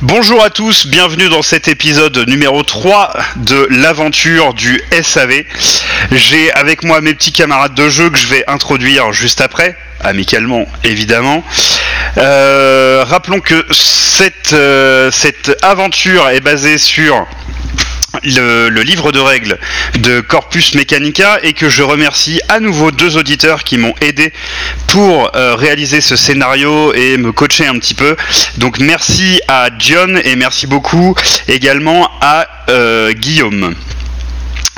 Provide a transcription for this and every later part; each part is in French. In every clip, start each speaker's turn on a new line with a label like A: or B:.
A: Bonjour à tous, bienvenue dans cet épisode numéro 3 de l'aventure du SAV. J'ai avec moi mes petits camarades de jeu que je vais introduire juste après, amicalement évidemment. Euh, rappelons que cette, euh, cette aventure est basée sur le, le livre de règles de Corpus Mechanica et que je remercie à nouveau deux auditeurs qui m'ont aidé pour euh, réaliser ce scénario et me coacher un petit peu. Donc merci à John et merci beaucoup également à euh, Guillaume.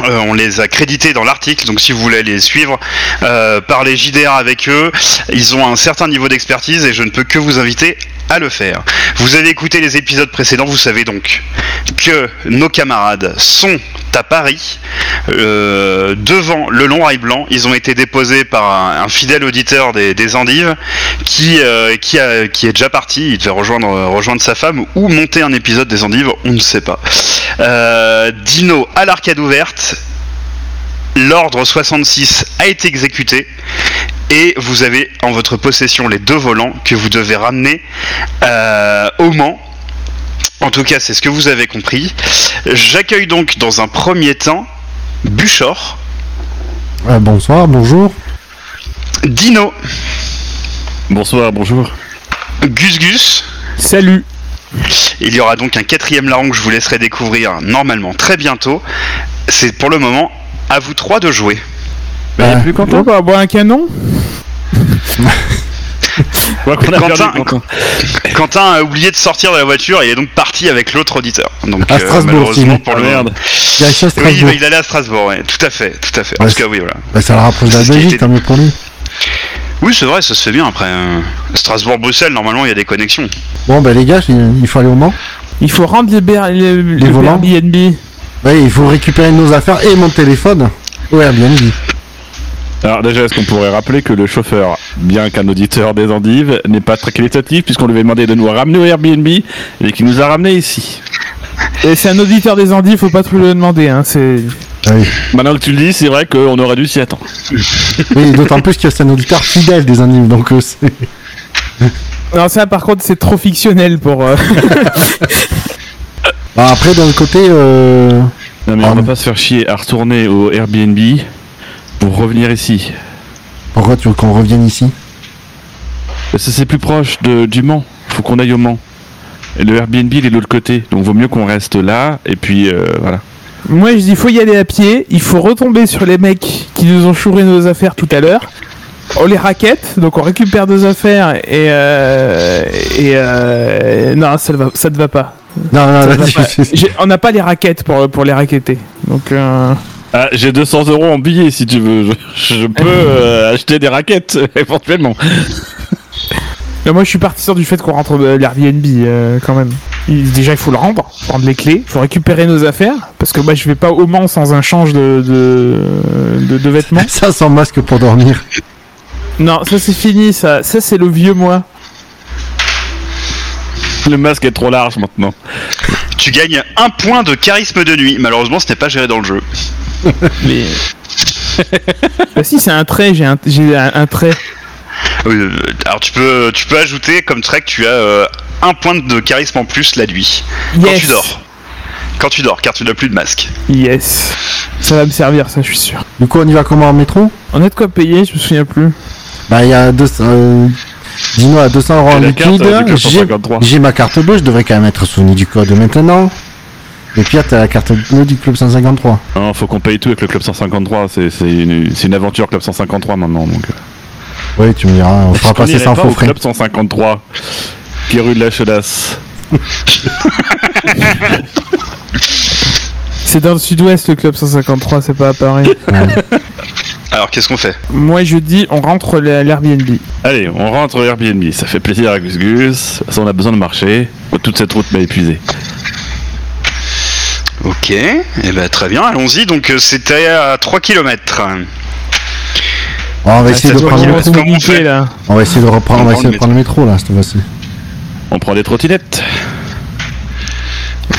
A: Euh, on les a crédités dans l'article, donc si vous voulez les suivre, euh, parlez JDR avec eux. Ils ont un certain niveau d'expertise et je ne peux que vous inviter à le faire. Vous avez écouté les épisodes précédents, vous savez donc que nos camarades sont à Paris, euh, devant le long rail blanc. Ils ont été déposés par un, un fidèle auditeur des, des endives qui, euh, qui, a- qui est déjà parti. Il devait rejoindre, rejoindre sa femme ou monter un épisode des endives, on ne sait pas. Euh, Dino à l'arcade ouverte. L'ordre 66 a été exécuté et vous avez en votre possession les deux volants que vous devez ramener euh, au Mans. En tout cas, c'est ce que vous avez compris. J'accueille donc dans un premier temps Buchor,
B: Ah, bonsoir, bonjour.
A: Dino,
C: Bonsoir, bonjour.
A: Gus Gus.
D: Salut
A: Il y aura donc un quatrième larron que je vous laisserai découvrir normalement très bientôt. C'est pour le moment à vous trois de jouer.
C: Ben,
A: Bah,
C: il est
B: Ah.
C: plus
D: On
C: content.
D: va avoir un canon
C: Ouais, qu'on a
A: Quentin-
C: perdu, content.
A: Quentin a oublié de sortir de la voiture et est donc parti avec l'autre auditeur. Donc euh,
B: À Strasbourg,
A: malheureusement
B: sinon.
A: pour
C: Ah,
A: le
C: merde.
B: Il y a Chasse
A: Oui,
B: Strasbourg.
A: bah, il allait à Strasbourg, ouais, tout à fait, tout à fait. En
B: Ouais,
A: tout cas, oui, voilà.
B: Bah, ça le rapproche de la
A: C'est ce qui a
B: Belgique,
A: été-
B: tant mieux pour lui.
A: Oui, c'est vrai, ça se fait bien après. euh, Strasbourg-Bruxelles, normalement, il y a des connexions.
B: Bon, bah, les gars, il il faut aller au Mans.
D: Il faut rendre les, ber- les, les
B: volants
D: Airbnb.
B: Ouais, Bah, il faut récupérer nos affaires et mon téléphone. au Airbnb.
C: Alors déjà, est-ce qu'on pourrait rappeler que le chauffeur, bien qu'un auditeur des endives, n'est pas très qualitatif puisqu'on lui avait demandé de nous ramener au Airbnb et qu'il nous a ramené ici.
D: Et c'est un auditeur des Andes, faut pas trop le demander. Hein. C'est
B: Oui,
C: Maintenant que tu le dis, c'est vrai qu'on aurait dû s'y attendre.
B: Oui, d'autant plus que c'est un auditeur fidèle des animes, donc euh, c'est-
D: non ça par contre c'est trop fictionnel pour. euh,
B: Bah, après, d'un côté, euh...
C: Non mais
B: Ah,
C: on va
B: mais-
C: pas se faire chier à retourner au Airbnb pour revenir ici.
B: pourquoi tu veux qu'on revienne ici
C: Parce que c'est plus proche de, du Mans. Faut qu'on aille au Mans. Et le Airbnb il est de l'autre côté, donc vaut mieux qu'on reste là et puis euh, voilà.
D: Moi je dis faut y aller à pied, il faut retomber sur les mecs qui nous ont chouré nos affaires tout à l'heure. On les raquette, donc on récupère nos affaires et euh, et euh, non ça ne va ça ne va pas.
B: Non, non,
D: Ça
B: là,
D: ne va
B: tu-
D: pas. J'ai- On n'a pas les raquettes pour pour les raqueter. Donc euh,
C: Ah, j'ai 200 euros en billets si tu veux. Je, je peux euh, acheter des raquettes éventuellement.
D: Non, moi je suis partisan du fait qu'on rentre de l'Airbnb euh, quand même. Il- déjà il faut le rendre, prendre les clés, il faut récupérer nos affaires, parce que moi je vais pas au Mans sans un change de, de, de, de vêtements.
B: ça sans masque pour dormir.
D: Non, ça c'est fini, ça, ça c'est le vieux moi.
C: Le masque est trop large maintenant.
A: Tu gagnes un point de charisme de nuit. Malheureusement, ce n'est pas géré dans le jeu.
D: Mais... bah si c'est un trait, j'ai un, j'ai un, un trait.
A: Euh, alors, tu peux, tu peux ajouter comme trait que tu as euh, un point de charisme en plus la nuit. Quand
D: Yes.
A: tu dors. Quand tu dors, car tu n'as plus de masque.
D: Yes. Ça va me servir ça je suis sûr.
B: Du coup, on y va comment en métro
D: On a de quoi payer, je me souviens plus.
B: Bah, il y a 200... Euh... Dino à 200 euros en
C: Et la carte, euh, du
B: liquide.
C: club
B: J'ai-
C: 153.
B: J'ai ma carte bleue, je devrais quand même être souvenu du code maintenant. Et puis, t'as la carte bleue du club 153.
C: Non, faut qu'on paye tout avec le club 153. C'est c'est une, c'est une aventure club 153 maintenant. Donc.
B: Oui, tu me diras, on fera
C: Est-ce qu'on
B: passer
C: irait
B: ça en
C: pas
B: faux
C: au
B: frais.
C: club 153 qui est rue de la Chaudasse.
D: C'est dans le sud-ouest le club 153, c'est pas à Paris.
A: Alors, qu'est-ce qu'on fait
D: moi je dis on rentre la- l'Airbnb.
C: Allez, on rentre au Airbnb. Ça fait plaisir à Gus Gus. De toute façon, on a besoin de marcher. Toute cette route m'a épuisé.
A: Ok, et ben très bien, allons-y. Donc, euh, c'était à 3 km.
B: Bon,
C: Ah,
B: on va essayer de
A: c'est toi
B: prendre le
A: qui
B: métro.
A: reste. comment on fait
D: là
B: On va essayer de reprendre, on va
A: On prend
B: essayer
A: le
B: de prendre le métro là cette fois-ci.
C: On prend des trottinettes.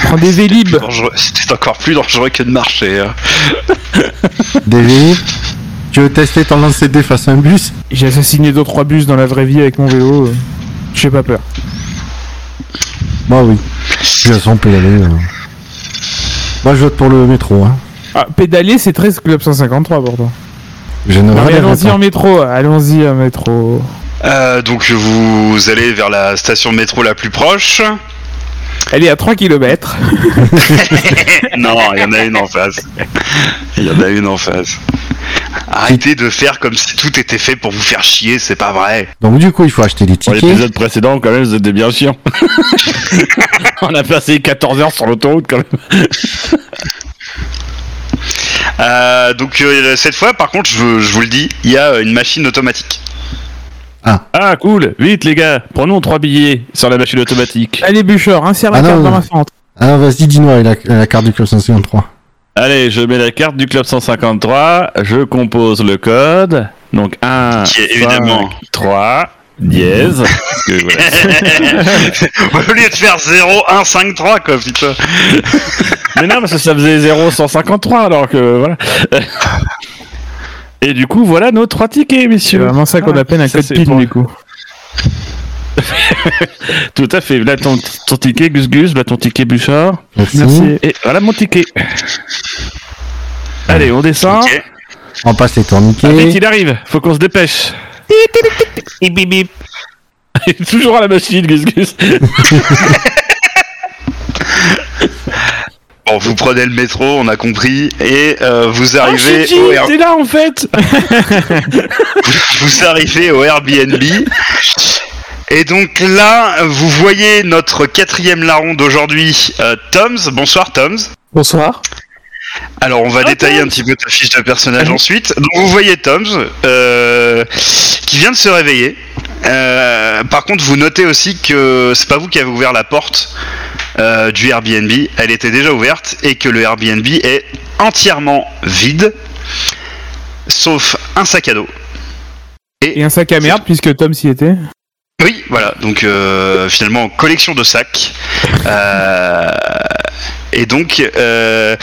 D: Prends des Vélib.
A: C'était encore plus dangereux que de marcher. hein.
B: David, tu veux tester ton lancer de dés face à un bus
D: J'ai assassiné deux trois bus dans la vraie vie avec mon vélo. euh, J'ai pas peur.
B: Bah oui. De toute façon, on peut y aller. euh. Moi, je vote pour le métro. Hein.
D: Ah, pédaler, c'est 13 Club 153 pour toi.
B: Je ne
D: Non, mais
B: reviendrai
D: allons-y
B: pas.
D: en métro, allons-y en métro.
A: Euh, donc vous allez vers la station de métro la plus proche.
D: Elle est à 3 km.
A: non, il y en a une en face. Il y en a une en face. Arrêtez de faire comme si tout était fait pour vous faire chier, c'est pas vrai.
B: Donc, du coup, il faut acheter des
C: Pour
B: tickets.
C: l'épisode précédent, quand même, vous étiez bien chiants. On a passé 14 heures sur l'autoroute, quand même.
A: Euh, donc euh, cette fois, par contre, je, veux- je vous le dis, il y a euh, une machine automatique.
C: Ah, cool. Vite, les gars. Prenons trois billets sur la machine automatique.
D: Allez, Bûcheur, insère la
B: Ah non,
D: carte dans
B: non.
D: la fente.
B: Ah, vas-y, dis-nous avec la, la carte du club 153.
C: Allez, je mets la carte du club 153. Je compose le code. Donc 1,
A: Qui est évidemment-
C: 3, dièse. parce que voilà.
A: Au lieu de faire 0, 1, 5, 3, quoi, putain.
C: Mais non, parce que ça faisait 0,153 alors que voilà. Et du coup, voilà nos trois tickets,
D: C'est
C: messieurs.
D: vraiment ça qu'on
C: Ah,
D: appelle un
C: ça,
D: code
C: c'est
D: PIN
C: pour-
D: du coup.
C: Tout à fait. Là, ton, ton ticket, Gus Gus. Là, ton ticket, Bouchard.
B: Merci.
C: Merci. Et voilà mon ticket. Allez, on descend.
A: Ok.
B: On passe les tourniquets.
C: Ah, vite, il arrive. Faut qu'on se dépêche. Il est Toujours à la machine, Gus Gus.
A: Bon, vous prenez le métro, on a compris, et euh, vous
D: Ah,
A: arrivez
C: Chichi,
A: au Air-
C: t'es là en fait.
A: vous arrivez au Airbnb. Et donc là, vous voyez notre quatrième larron d'aujourd'hui, euh, Tom's. Bonsoir Tom's.
D: Bonsoir.
A: Alors on va détailler un petit peu ta fiche de personnage ensuite. Donc vous voyez Tom's euh, qui vient de se réveiller. Euh, par contre, vous notez aussi que c'est pas vous qui avez ouvert la porte euh, du Airbnb. Elle était déjà ouverte et que le Airbnb est entièrement vide, sauf un sac à dos.
D: Et un sac à merde puisque Tom s'y était.
A: Oui, voilà. Donc euh, finalement, collection de sacs. Euh, et donc, euh,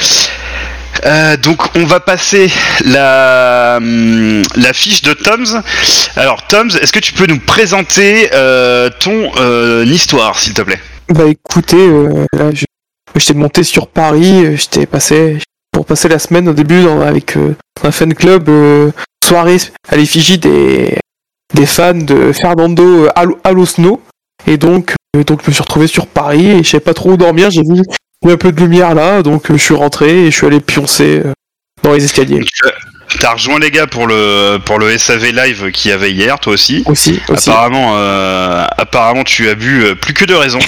A: euh, donc on va passer la, hum, la fiche de Tom's. Alors Tom's, est-ce que tu peux nous présenter euh, ton euh, histoire, s'il te plaît
E: Bah écoutez, euh, là je- j'étais monté sur Paris, euh, j'étais passé pour passer la semaine au début dans- avec euh, un fan club euh, soirée à l'effigie des des fans de Fernando euh, Al- Alonso et donc euh, donc je me suis retrouvé sur Paris et je savais pas trop où dormir, j'ai vu il y a un peu de lumière là donc euh, je suis rentré et je suis allé pioncer euh, dans les escaliers.
A: Donc, euh, T'as rejoint les gars pour le pour le SAV live qu'il y avait hier, toi aussi.
E: Aussi, aussi.
A: Apparemment, euh, apparemment, tu as bu euh, plus que deux raisons.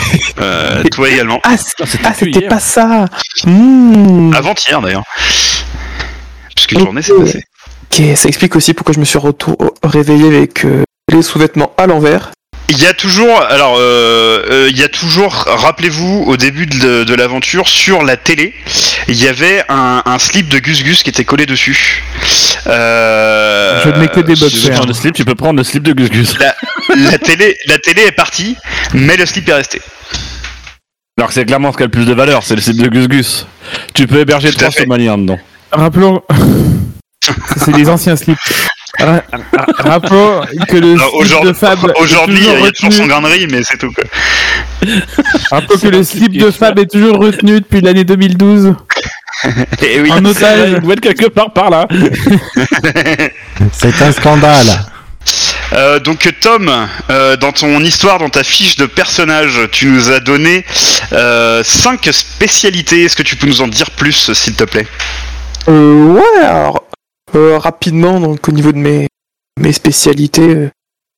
A: Euh, toi également.
E: Ah, c-
C: c'était
E: ah,
C: plus
E: c'était
C: hier.
E: pas ça. Hmm.
A: Avant-hier d'ailleurs. Puisqu'une
E: Ok.
A: journée s'est passée.
E: Ok, ça explique aussi pourquoi je me suis retour réveillé avec euh, les sous-vêtements à l'envers.
A: Il y a toujours, alors, euh, euh, il y a toujours, rappelez-vous, au début de, de l'aventure, sur la télé, il y avait un, un slip de Gus Gus qui était collé dessus. Euh,
D: Je ne mets que des
C: Tu veux
D: boxers.
C: prendre le slip, tu peux prendre le slip de Gus Gus.
A: la télé, la télé est partie, mais le slip est resté.
C: Alors que c'est clairement ce qui a le plus de valeur, c'est le slip de Gus Gus. Tu peux héberger
A: Tout à
C: trois
A: fait.
C: somaliens dedans.
D: Rappelons. C'est des anciens slips. Ra- ra- Rappelons que le
A: Alors,
D: slip de
A: Aujourd'hui,
D: Fab. est
A: aujourd'hui, il y
D: toujours
A: a toujours
D: retenu-
A: son grain de riz, mais c'est tout. quoi.
D: Rappelons que
C: C'est
D: le
C: un
D: slip
C: slip
D: de
C: qui-
D: Fab est toujours retenu depuis l'année 2012
A: Et oui.
D: en
C: Il
D: otage.
C: doit être quelque part par là.
B: C'est un scandale.
A: Euh, donc Tom, euh, dans ton histoire, dans ta fiche de personnage, tu nous as donné euh, cinq spécialités. Est-ce que tu peux nous en dire plus, s'il te plaît
E: Euh, ouais, alors euh, rapidement, donc au niveau de mes, mes spécialités, euh,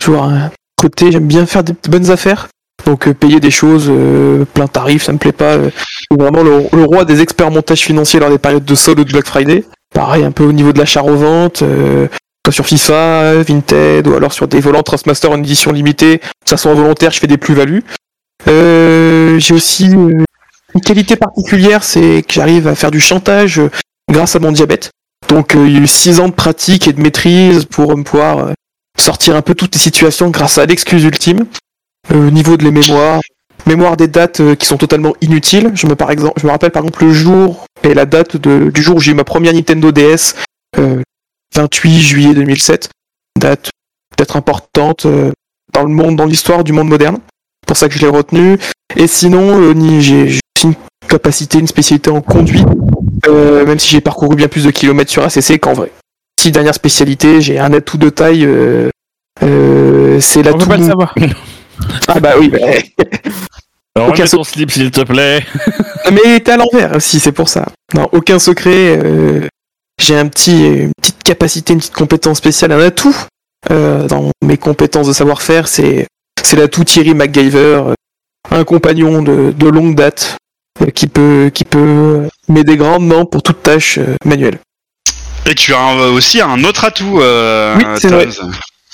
E: toujours un côté, j'aime bien faire des petites bonnes affaires. Donc euh, payer des choses euh, plein tarif, ça me plaît pas. euh, je suis vraiment le, le roi des experts montages financiers lors des périodes de sol ou de Black Friday. Pareil, un peu au niveau de l'achat-revente, euh, soit sur FIFA, Vinted, ou alors sur des volants Transmaster en édition limitée. Ça sent volontaire, je fais des plus-values. Euh, J'ai aussi euh, une qualité particulière, c'est que j'arrive à faire du chantage euh, grâce à mon diabète. Donc euh, il y a eu 6 ans de pratique et de maîtrise pour me pouvoir euh, sortir un peu toutes les situations grâce à l'excuse ultime. Euh, Au niveau de les mémoires, mémoire des dates euh, qui sont totalement inutiles. Je me, par exemple, je me rappelle par exemple le jour et la date de- du jour où j'ai eu ma première Nintendo DS, euh, 28 juillet 2007. Date peut-être importante euh, dans le monde, dans l'histoire du monde moderne. pour ça que je l'ai retenu. Et sinon, euh, ni- j'ai j'ai aussi une capacité, une spécialité en conduite, euh, même si j'ai parcouru bien plus de kilomètres sur ACC qu'en vrai. Si dernière spécialité, j'ai un atout de taille, euh, euh, c'est
D: On peut
E: l'atout.
D: pas le savoir.
E: Ah bah oui, bah,
C: Alors,
E: Aucun
C: remets
E: sou-
C: ton slip, s'il te plaît.
E: Ah, Mais t'es à l'envers aussi, c'est pour ça. Non, aucun secret. euh, j'ai un petit, une petite capacité, une petite compétence spéciale, un atout euh, dans mes compétences de savoir-faire. C'est, c'est l'atout Thierry MacGyver, euh, un compagnon de, de longue date euh, qui peut, qui peut m'aider grandement pour toute tâche euh, manuelle.
A: Et tu as un- aussi un autre atout, euh,
E: Oui, c'est vrai.
A: Tom's.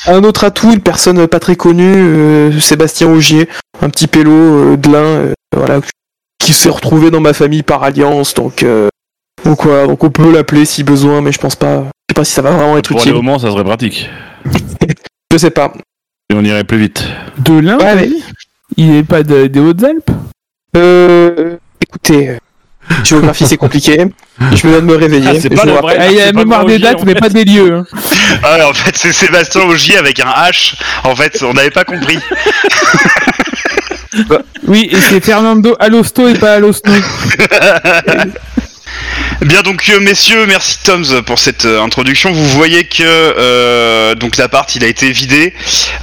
E: Un autre atout, une personne pas très connue, euh, Sébastien Augier, un petit pélo euh, de l'Ain, euh, voilà, qui s'est retrouvé dans ma famille par alliance, donc euh, donc voilà, donc on peut l'appeler si besoin, mais je pense pas, je sais pas si ça va vraiment être
C: Pour aller
E: utile,
C: au Mans, ça serait pratique.
E: je sais pas.
C: Et on irait plus vite.
D: De l'Inde,
E: Ouais, mais-
D: il n'est pas de- des Hautes-Alpes
E: Euh, écoutez, euh, géographie c'est compliqué, je me viens de me réveiller.
C: Ah, c'est
E: je
C: pas
E: me
C: le
E: rappelle.
C: vrai.
D: Ah, Il y a la
C: c'est pas
D: mémoire
C: Marogier,
D: des dates,
C: en
D: mais
C: fait.
D: pas des lieux. hein.
A: Ah, en fait, c'est Sébastien Augier avec un H. En fait, on n'avait pas compris.
D: Oui, et c'est Fernando Alosto et pas Alosno.
A: Bien donc euh, messieurs, merci Toms pour cette euh, introduction. Vous voyez que euh, donc l'appart il a été vidé.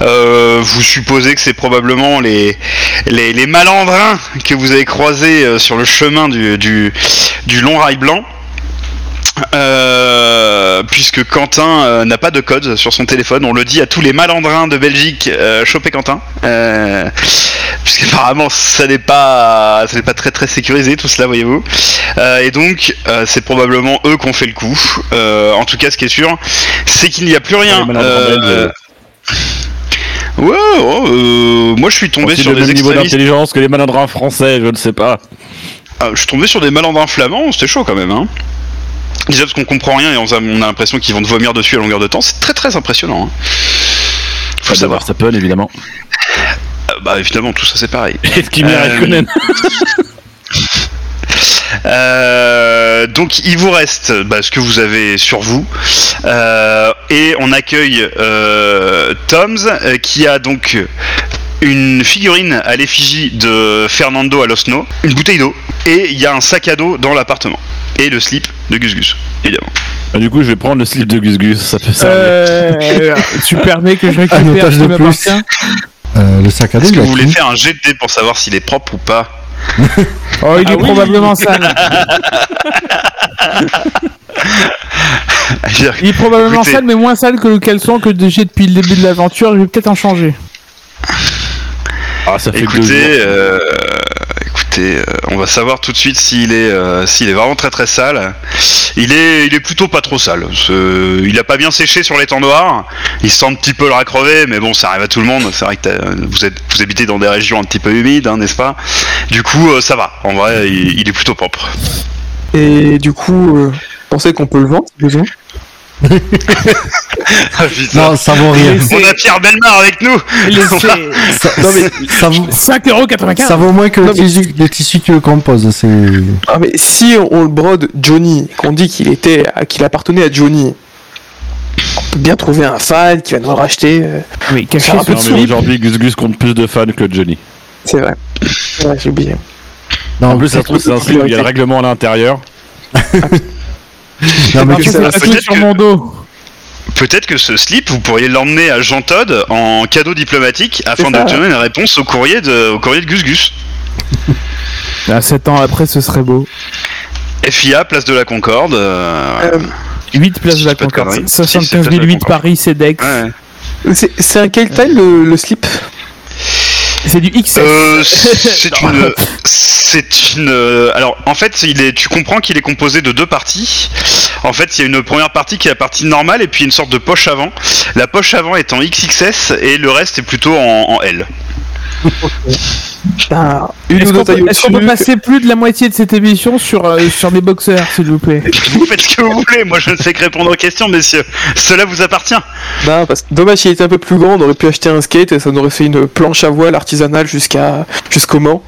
A: Euh, vous supposez que c'est probablement les, les les malandrins que vous avez croisés euh, sur le chemin du du, du long rail blanc. Euh, puisque Quentin euh, n'a pas de code sur son téléphone, on le dit à tous les malandrins de Belgique, euh, chopez Quentin, euh, puisqu'apparemment ça n'est pas, ça n'est pas très très sécurisé tout cela, voyez-vous. Euh, et donc, euh, c'est probablement eux qui ont fait le coup. Euh, en tout cas, ce qui est sûr, c'est qu'il n'y a plus rien.
C: les malandrins
A: Euh,
C: belges.
A: Ouais, ouais, euh, moi je suis tombé
C: Ont-ils
A: sur
C: le
A: des
C: même niveau
A: extrémistes.
C: d'intelligence que les malandrins français, je ne sais pas.
A: Ah, je suis tombé sur des malandrins flamands, c'était chaud quand même. Hein. Déjà parce qu'on comprend rien et on a, on a l'impression qu'ils vont te vomir dessus à longueur de temps. C'est très très impressionnant. hein. Faut
C: Pas
A: le savoir.
C: ça peut, évidemment.
A: Euh, bah évidemment, tout ça c'est pareil.
C: Et ce qui
A: Euh, Euh, donc il vous reste bah, ce que vous avez sur vous Euh, et on accueille euh, Tom's euh, qui a donc une figurine à l'effigie de Fernando Alosno, une bouteille d'eau et il y a un sac à dos dans l'appartement et le slip de Gus Gus évidemment.
C: Ah, Du coup, je vais prendre le slip de Gus Gus, ça peut servir.
D: Euh, Ah, tu permets que je
B: Un
D: récupère
B: otage
D: ce
B: de
D: qui
B: plus.
D: m'appartient
B: Euh, le sac à dos,
A: Est-ce
B: il
A: que
B: a
A: vous voulez
B: tout.
A: faire un jet de dés pour savoir s'il est propre ou pas
D: Oh, il
C: Ah
D: est
C: oui.
D: probablement sale.
A: Je veux dire,
D: Il est probablement
A: Écoutez.
D: sale, mais moins sale que le caleçon que j'ai depuis le début de l'aventure. Je vais peut-être en changer.
C: Ah, ça fait que deux
A: Écoutez,
C: jours.
A: euh, écoutez, euh, on va savoir tout de suite s'il est, euh, s'il est vraiment très très sale. Il est, il est plutôt pas trop sale. Ce- il a pas bien séché sur les temps noirs. Il sent un petit peu le racrevé, mais bon, ça arrive à tout le monde. C'est vrai que t'as- vous, êtes, vous habitez dans des régions un petit peu humides, hein, n'est-ce pas Du coup, euh, ça va. En vrai, il, il est plutôt propre.
E: Et du coup, euh, pensez qu'on peut le vendre, si besoin
A: Ah, putain.
B: Non, ça vaut rien.
A: on a Pierre Belmar avec nous.
B: Ça,
E: Non, mais-
B: ça vaut,
D: 5,95€.
B: ça vaut moins que le
E: Non, mais-
B: tissu, le tissu que compose. C'est.
E: Ah mais si on le brode Johnny, qu'on dit qu'il était, qu'il appartenait à Johnny, on peut bien trouver un fan qui va nous le racheter. euh,
D: Oui, quelque
E: Faire un
D: chose
E: peu
D: de
E: de
C: Non, mais
E: slip.
C: aujourd'hui, Gus Gus compte plus de fans que Johnny.
E: C'est vrai. Ouais, j'ai oublié.
B: Non,
C: En plus, ça se trouve, c'est un slip où il y a le règlement à l'intérieur.
B: non, mais
D: Alors,
E: que
D: tu
E: ça-
D: fais pas tout
A: peut-être
D: sur
A: que-
D: mon dos.
A: Peut-être que ce slip, vous pourriez l'emmener à Jean Todd en cadeau diplomatique afin
E: ça.
A: d'obtenir une réponse au courrier de, au courrier de Gus Gus.
D: Ah, 7 ans après, ce serait beau.
A: FIA, place de la Concorde. euh,
D: 8 places
A: Si
D: de la
A: je dis pas de
D: Concorde.
A: conneries. Si, c'est
D: 75
A: place de la
D: 008
A: Concorde.
D: Paris, CEDEX.
A: ouais. Euh,
E: C'est c'est un quelle taille le, le slip
D: C'est du XS.
A: Euh, c'est une, c'est une. euh, Alors, en fait, il est. Tu comprends qu'il est composé de deux parties. En fait, il y a une première partie qui est la partie normale et puis une sorte de poche avant. La poche avant est en XXS et le reste est plutôt en, en L.
E: Putain, Ben, Une
D: Est-ce
E: ou deux
D: qu'on
E: tailles
D: peut, est-ce qu'on peut
E: au-dessus.
D: passer plus de la moitié de cette émission sur, euh, sur des boxeurs, s'il vous plaît
A: Vous faites ce que vous voulez. Moi, je ne sais que répondre aux questions, messieurs. Cela vous appartient.
E: Non, Ben, parce que dommage, il était un peu plus grand, on aurait pu acheter un skate et ça nous aurait fait une planche à voile artisanale jusqu'à jusqu'au Mans.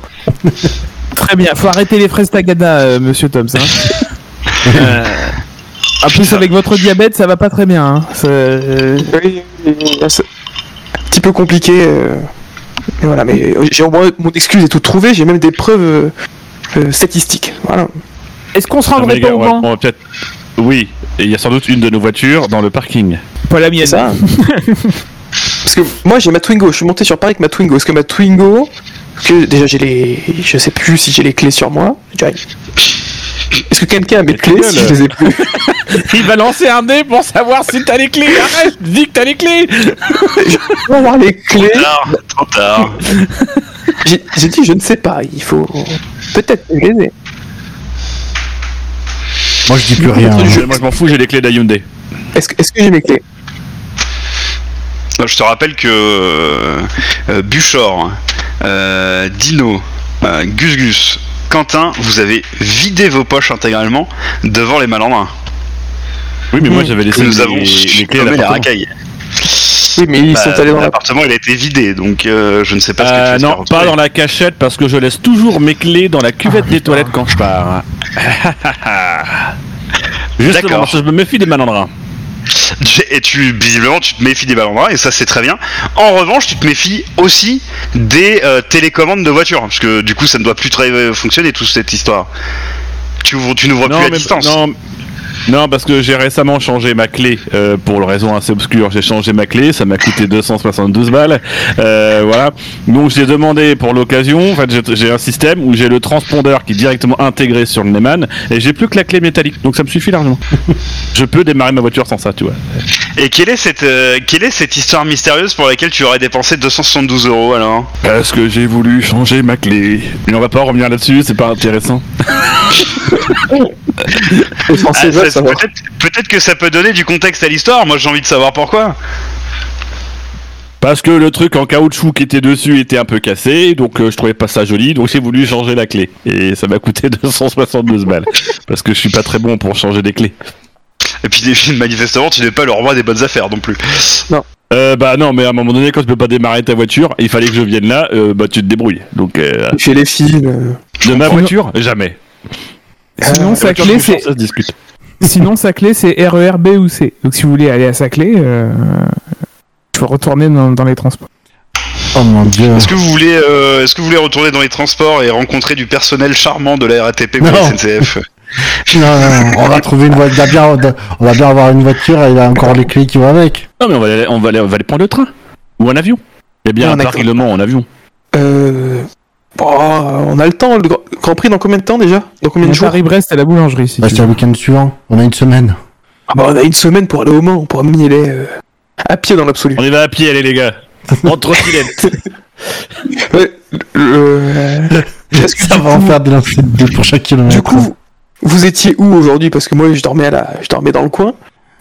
D: Très bien, faut arrêter les fraises tagada, euh, monsieur Toms. Hein. Euh, En plus, avec votre diabète, ça va pas très bien. Hein. Ça- euh,
E: Oui, c'est un petit peu compliqué. euh, Et voilà, mais euh, j'ai au moins mon excuse est tout trouvée, j'ai même des preuves euh, euh, statistiques. Voilà.
D: Est-ce qu'on se
C: Ah, mais
D: rendrait
C: les gars,
D: pas au
C: on va,
D: banc
C: on va peut-être. Oui, et il y a sans doute une de nos voitures dans le parking.
D: Pas la mienne.
E: C'est ça. Parce que moi j'ai ma Twingo, je suis monté sur Paris avec ma Twingo. Parce que ma Twingo, que déjà j'ai les. Je sais plus si j'ai les clés sur moi. Je dirais- Est-ce que quelqu'un a mes
C: Mais ta
E: clés si
C: gueule.
E: je les ai plus
C: Il va lancer un dé pour savoir si t'as les clés. Arrête, dis que t'as les clés.
E: Pour avoir les clés,
A: Trop tard, trop tard.
E: j'ai j'ai dit je ne sais pas, il faut. Peut-être que je les ai.
B: Moi, je dis plus rien. hein.
C: Moi, je m'en fous, j'ai les clés d'Ayundé.
E: Est-ce que, est-ce que j'ai mes clés
A: Non, Je te rappelle que euh, euh, Buchor, euh, Dino, euh, Gus Gus, Quentin, vous avez vidé vos poches intégralement devant les malandrins.
C: Oui, mais moi, j'avais
A: Que
C: laissé
A: nous
C: les,
A: avons
C: les clés à
A: surnommé la
C: l'appartement.
A: racaille.
E: Oui, mais ils
A: Bah,
E: sont allés dans la.
A: L'appartement, il a été vidé, donc euh, je ne sais pas ce que
C: Euh,
A: tu
C: non, pas dans la cachette parce que je laisse toujours mes clés dans la
A: Ah,
C: cuvette des toilettes quand je pars. hein. Justement,
A: D'accord.
C: parce que je me méfie des malandrins.
A: Et tu, visiblement, tu te méfies des malandrins, et ça, c'est très bien. En revanche, tu te méfies aussi des euh, télécommandes de voitures, parce que du coup, ça ne doit plus très euh, fonctionner, toute cette histoire. Tu, ouvres- tu n'ouvres plus à
C: mais-
A: distance.
C: non, non, parce que j'ai récemment changé ma clé euh, pour le raison assez obscure. J'ai changé ma clé, ça m'a coûté 272 balles. Euh, voilà. Donc j'ai demandé pour l'occasion. En fait, j'ai- j'ai un système où j'ai le transpondeur qui est directement intégré sur le Neyman et j'ai plus que la clé métallique. Donc ça me suffit largement. je peux démarrer ma voiture sans ça, tu vois.
A: Et quelle est, cette, euh, quelle est cette histoire mystérieuse pour laquelle tu aurais dépensé 272 euros alors hein
C: Parce que j'ai voulu changer ma clé. Mais on va pas revenir là-dessus, c'est pas intéressant.
E: Les Français
A: Ah,
E: veulent
A: ça-
E: savoir.
A: Peut-être peut-être que ça peut donner du contexte à l'histoire, moi j'ai envie de savoir pourquoi.
C: Parce que le truc en caoutchouc qui était dessus était un peu cassé, donc euh, je trouvais pas ça joli, donc j'ai voulu changer la clé. Et ça m'a coûté 272 balles. Parce que je suis pas très bon pour changer des clés.
A: Et puis manifestement, tu n'es pas le roi des bonnes affaires non plus.
C: Euh, bah non, mais à un moment donné, quand tu peux pas démarrer ta voiture, il fallait que je vienne là, euh, bah tu te débrouilles. Donc euh,
E: Chez les filles. euh,
C: de ma
D: comprends.
C: voiture, jamais.
D: Sinon,
E: Euh,
D: sa
C: La voiture de
D: clé,
C: mon frère,
D: c'est
C: Ça se discute.
D: Sinon, sa clé, c'est RERB ou C. Donc, si vous voulez aller à sa clé, euh, faut retourner dans, dans les transports.
B: Oh mon dieu.
A: Est-ce que vous voulez, euh, est-ce que vous voulez retourner dans les transports et rencontrer du personnel charmant de la RATP ou de la
B: Non.
A: SNCF
B: Non, non, non, on va trouver une voiture. On, va- on va bien avoir une voiture et il a encore les clés qui vont avec.
C: Non, mais on va aller, on va aller, on va aller prendre le train. Ou un avion. Il y a bien
E: Non,
C: un
E: d'accord.
C: Paris Le Mans en avion.
E: euh, bon, on a le temps, le Grand- Grand Prix dans combien de temps déjà Dans combien de jours
D: Paris-Brest à la boulangerie, si
B: Bah,
D: tu
B: c'est
D: veux.
B: le week-end suivant. On a une semaine.
E: Ah bah on a une semaine pour aller au Mans, on pourra même y aller euh, à pied dans l'absolu.
C: On y va à pied, allez les gars. En trottinette.
E: Ouais, le- le- Parce que
B: Ça
E: du
B: va en
E: coup-
B: faire des lancers de dés pour chaque kilomètre.
E: Euh, Du coup, vous- vous étiez où aujourd'hui Parce que moi je dormais à la... je dormais dans le coin.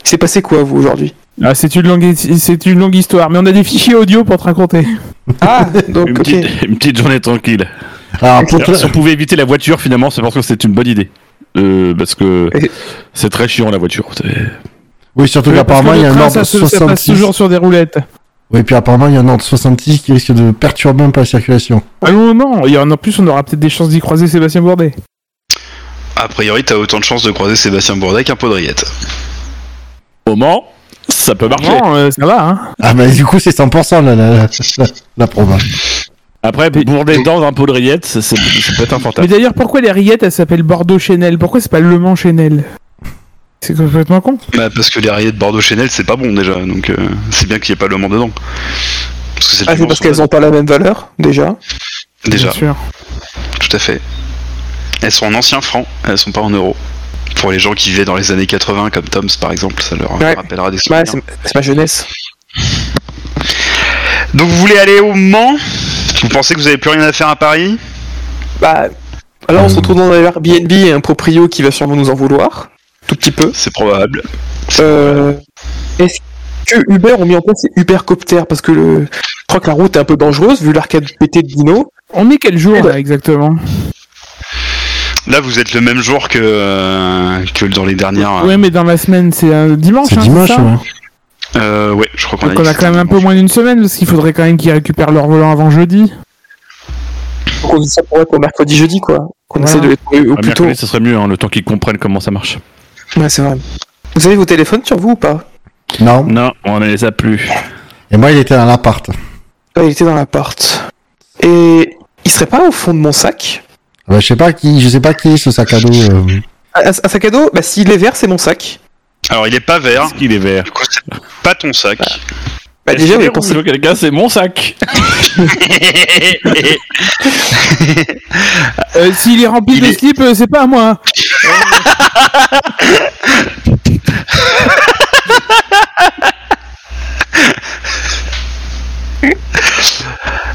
E: Il s'est passé quoi vous aujourd'hui
D: Ah, c'est une longue, c'est une longue histoire, mais on a des fichiers audio pour te raconter.
E: Ah donc
C: une,
E: ok.
C: petite, une petite journée tranquille.
B: Alors, Ah, pour
C: Alors, si
B: toi-
C: on pouvait éviter la voiture, finalement, c'est parce que c'est une bonne idée. Euh, parce que
E: Et-
C: c'est très chiant la voiture. c'est-
B: Oui, surtout
D: Oui, parce
B: qu'apparemment,
D: que
B: il y
D: le
B: a un
D: train,
B: ordre
D: ça, se- ça passe
B: 66.
D: toujours sur des roulettes.
B: Oui, puis apparemment, il y a un ordre 66 qui risque de perturber un peu la circulation.
D: Ah non, non, il y en a en plus, on aura peut-être des chances d'y croiser Sébastien Bourdet.
A: A priori, t'as autant de chances de croiser Sébastien Bourdais qu'un pot de rillettes.
C: Au Mans, ça peut marcher.
D: Non, euh, ça va, hein.
B: Ah, bah, du coup, c'est 100% là, la, la, la, la proba.
C: Après, bourder dans un pot de rillettes, c'est c'est- c'est peut-être un
D: Mais
C: fantasme.
D: d'ailleurs, pourquoi les rillettes, elles s'appellent Bordeaux Chanel Pourquoi c'est pas Le Mans Chanel C'est complètement con.
A: Bah, parce que les rillettes Bordeaux Chanel, c'est pas bon déjà, donc euh, c'est bien qu'il n'y ait pas le Mans dedans. Parce que c'est le
E: Ah
A: plus
E: c'est
A: grand
E: parce
A: scandale.
E: qu'elles ont pas la même valeur déjà.
A: Déjà,
D: Bien sûr.
A: tout à fait. Elles sont en anciens francs, elles sont pas en euros. Pour les gens qui vivaient dans les années 80, comme Toms par exemple, ça leur
E: Ouais.
A: rappellera des
E: Ouais,
A: souvenirs.
E: c'est c'est ma jeunesse.
A: Donc vous voulez aller au Mans Vous pensez que vous avez plus rien à faire à Paris
E: Bah alors on se retrouve dans un Airbnb et un proprio qui va sûrement nous en vouloir. Tout petit peu.
A: C'est probable.
E: Euh, Est-ce que Uber ont mis en place Uber Copter Parce que le... je crois que la route est un peu dangereuse vu l'arcade pété de Dino.
D: On est quel jour, là, exactement
A: Là, vous êtes le même jour que, euh, que dans les dernières.
D: Ouais, mais dans la semaine, c'est un dimanche,
B: C'est
D: hein,
B: dimanche,
D: ça
B: ouais.
A: Euh, ouais, je crois qu'on a,
D: Donc on
A: dit
D: a
A: que
D: quand même un peu moins d'une semaine, parce qu'il faudrait quand même qu'ils récupèrent leur volant avant jeudi.
E: Donc on dit ça pour être au mercredi jeudi quoi. Qu'on
D: Voilà.
E: essaie de les trouver au
C: Un
E: plus tôt.
C: mercredi, ce serait mieux, hein, le temps qu'ils comprennent comment ça marche.
E: Ouais c'est vrai. Vous avez vos téléphones sur vous ou pas
B: Non.
C: Non, on ne les a plus.
B: Et moi, il était dans l'appart. Ah,
E: Ouais, il était dans l'appart. Et il serait pas au fond de mon sac
B: Bah, je sais pas qui, je sais pas qui est ce sac à dos. euh.
E: Un un sac à dos Bah s'il est vert, c'est mon sac.
A: Alors il est pas vert,
C: Est-ce qu'il est vert
A: du coup c'est pas ton sac.
E: Bah déjà, mais pensez...
C: que quelqu'un, c'est mon sac.
D: Euh, S'il est rempli
A: Il
D: de
A: est-
D: slip, euh, c'est pas à moi.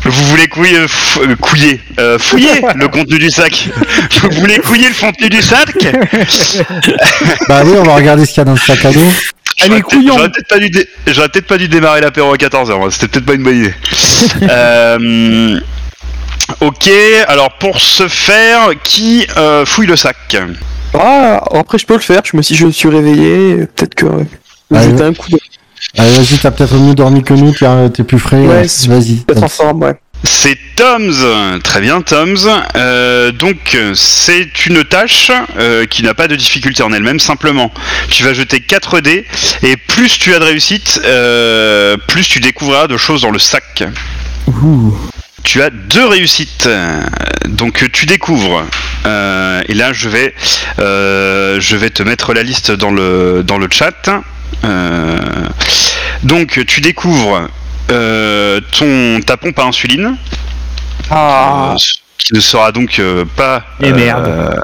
A: Vous voulez couiller, euh, fou- euh, couiller, euh, fouiller le contenu du sac. Vous voulez couiller le contenu du sac
B: Bah oui, on va regarder ce qu'il y a dans ce sac à dos.
A: J'aurais
D: Allez,
A: peut-être-
D: couillon.
A: J'aurais peut-être pas, dû dé- j'aurais peut-être pas dû démarrer l'apéro à 14h, c'était peut-être pas une bonne idée. Euh, ok, alors pour ce faire, qui euh, fouille le sac
E: Ah, après je peux le faire, je me suis, je suis réveillé, euh, peut-être que... euh,
B: Ah,
E: jeter
B: oui.
E: un coup de...
B: Allez, vas-y, t'as peut-être mieux dormi que nous, tiens, t'es plus frais.
E: Ouais,
B: euh, vas-y.
E: peut-être en forme, ouais.
A: C'est Tom's, très bien Tom's. Euh, donc euh, c'est une tâche euh, qui n'a pas de difficulté en elle-même, simplement tu vas jeter 4 dés et plus tu as de réussite, euh, plus tu découvriras de choses dans le sac. Tu as deux réussites, euh, donc tu découvres. Euh, et là je vais, euh, je vais te mettre la liste dans le, dans le chat. Euh, donc tu découvres euh, ton, ta pompe à insuline
E: Ah,
A: euh, qui ne sera donc euh, pas.
D: Et merde.
A: euh,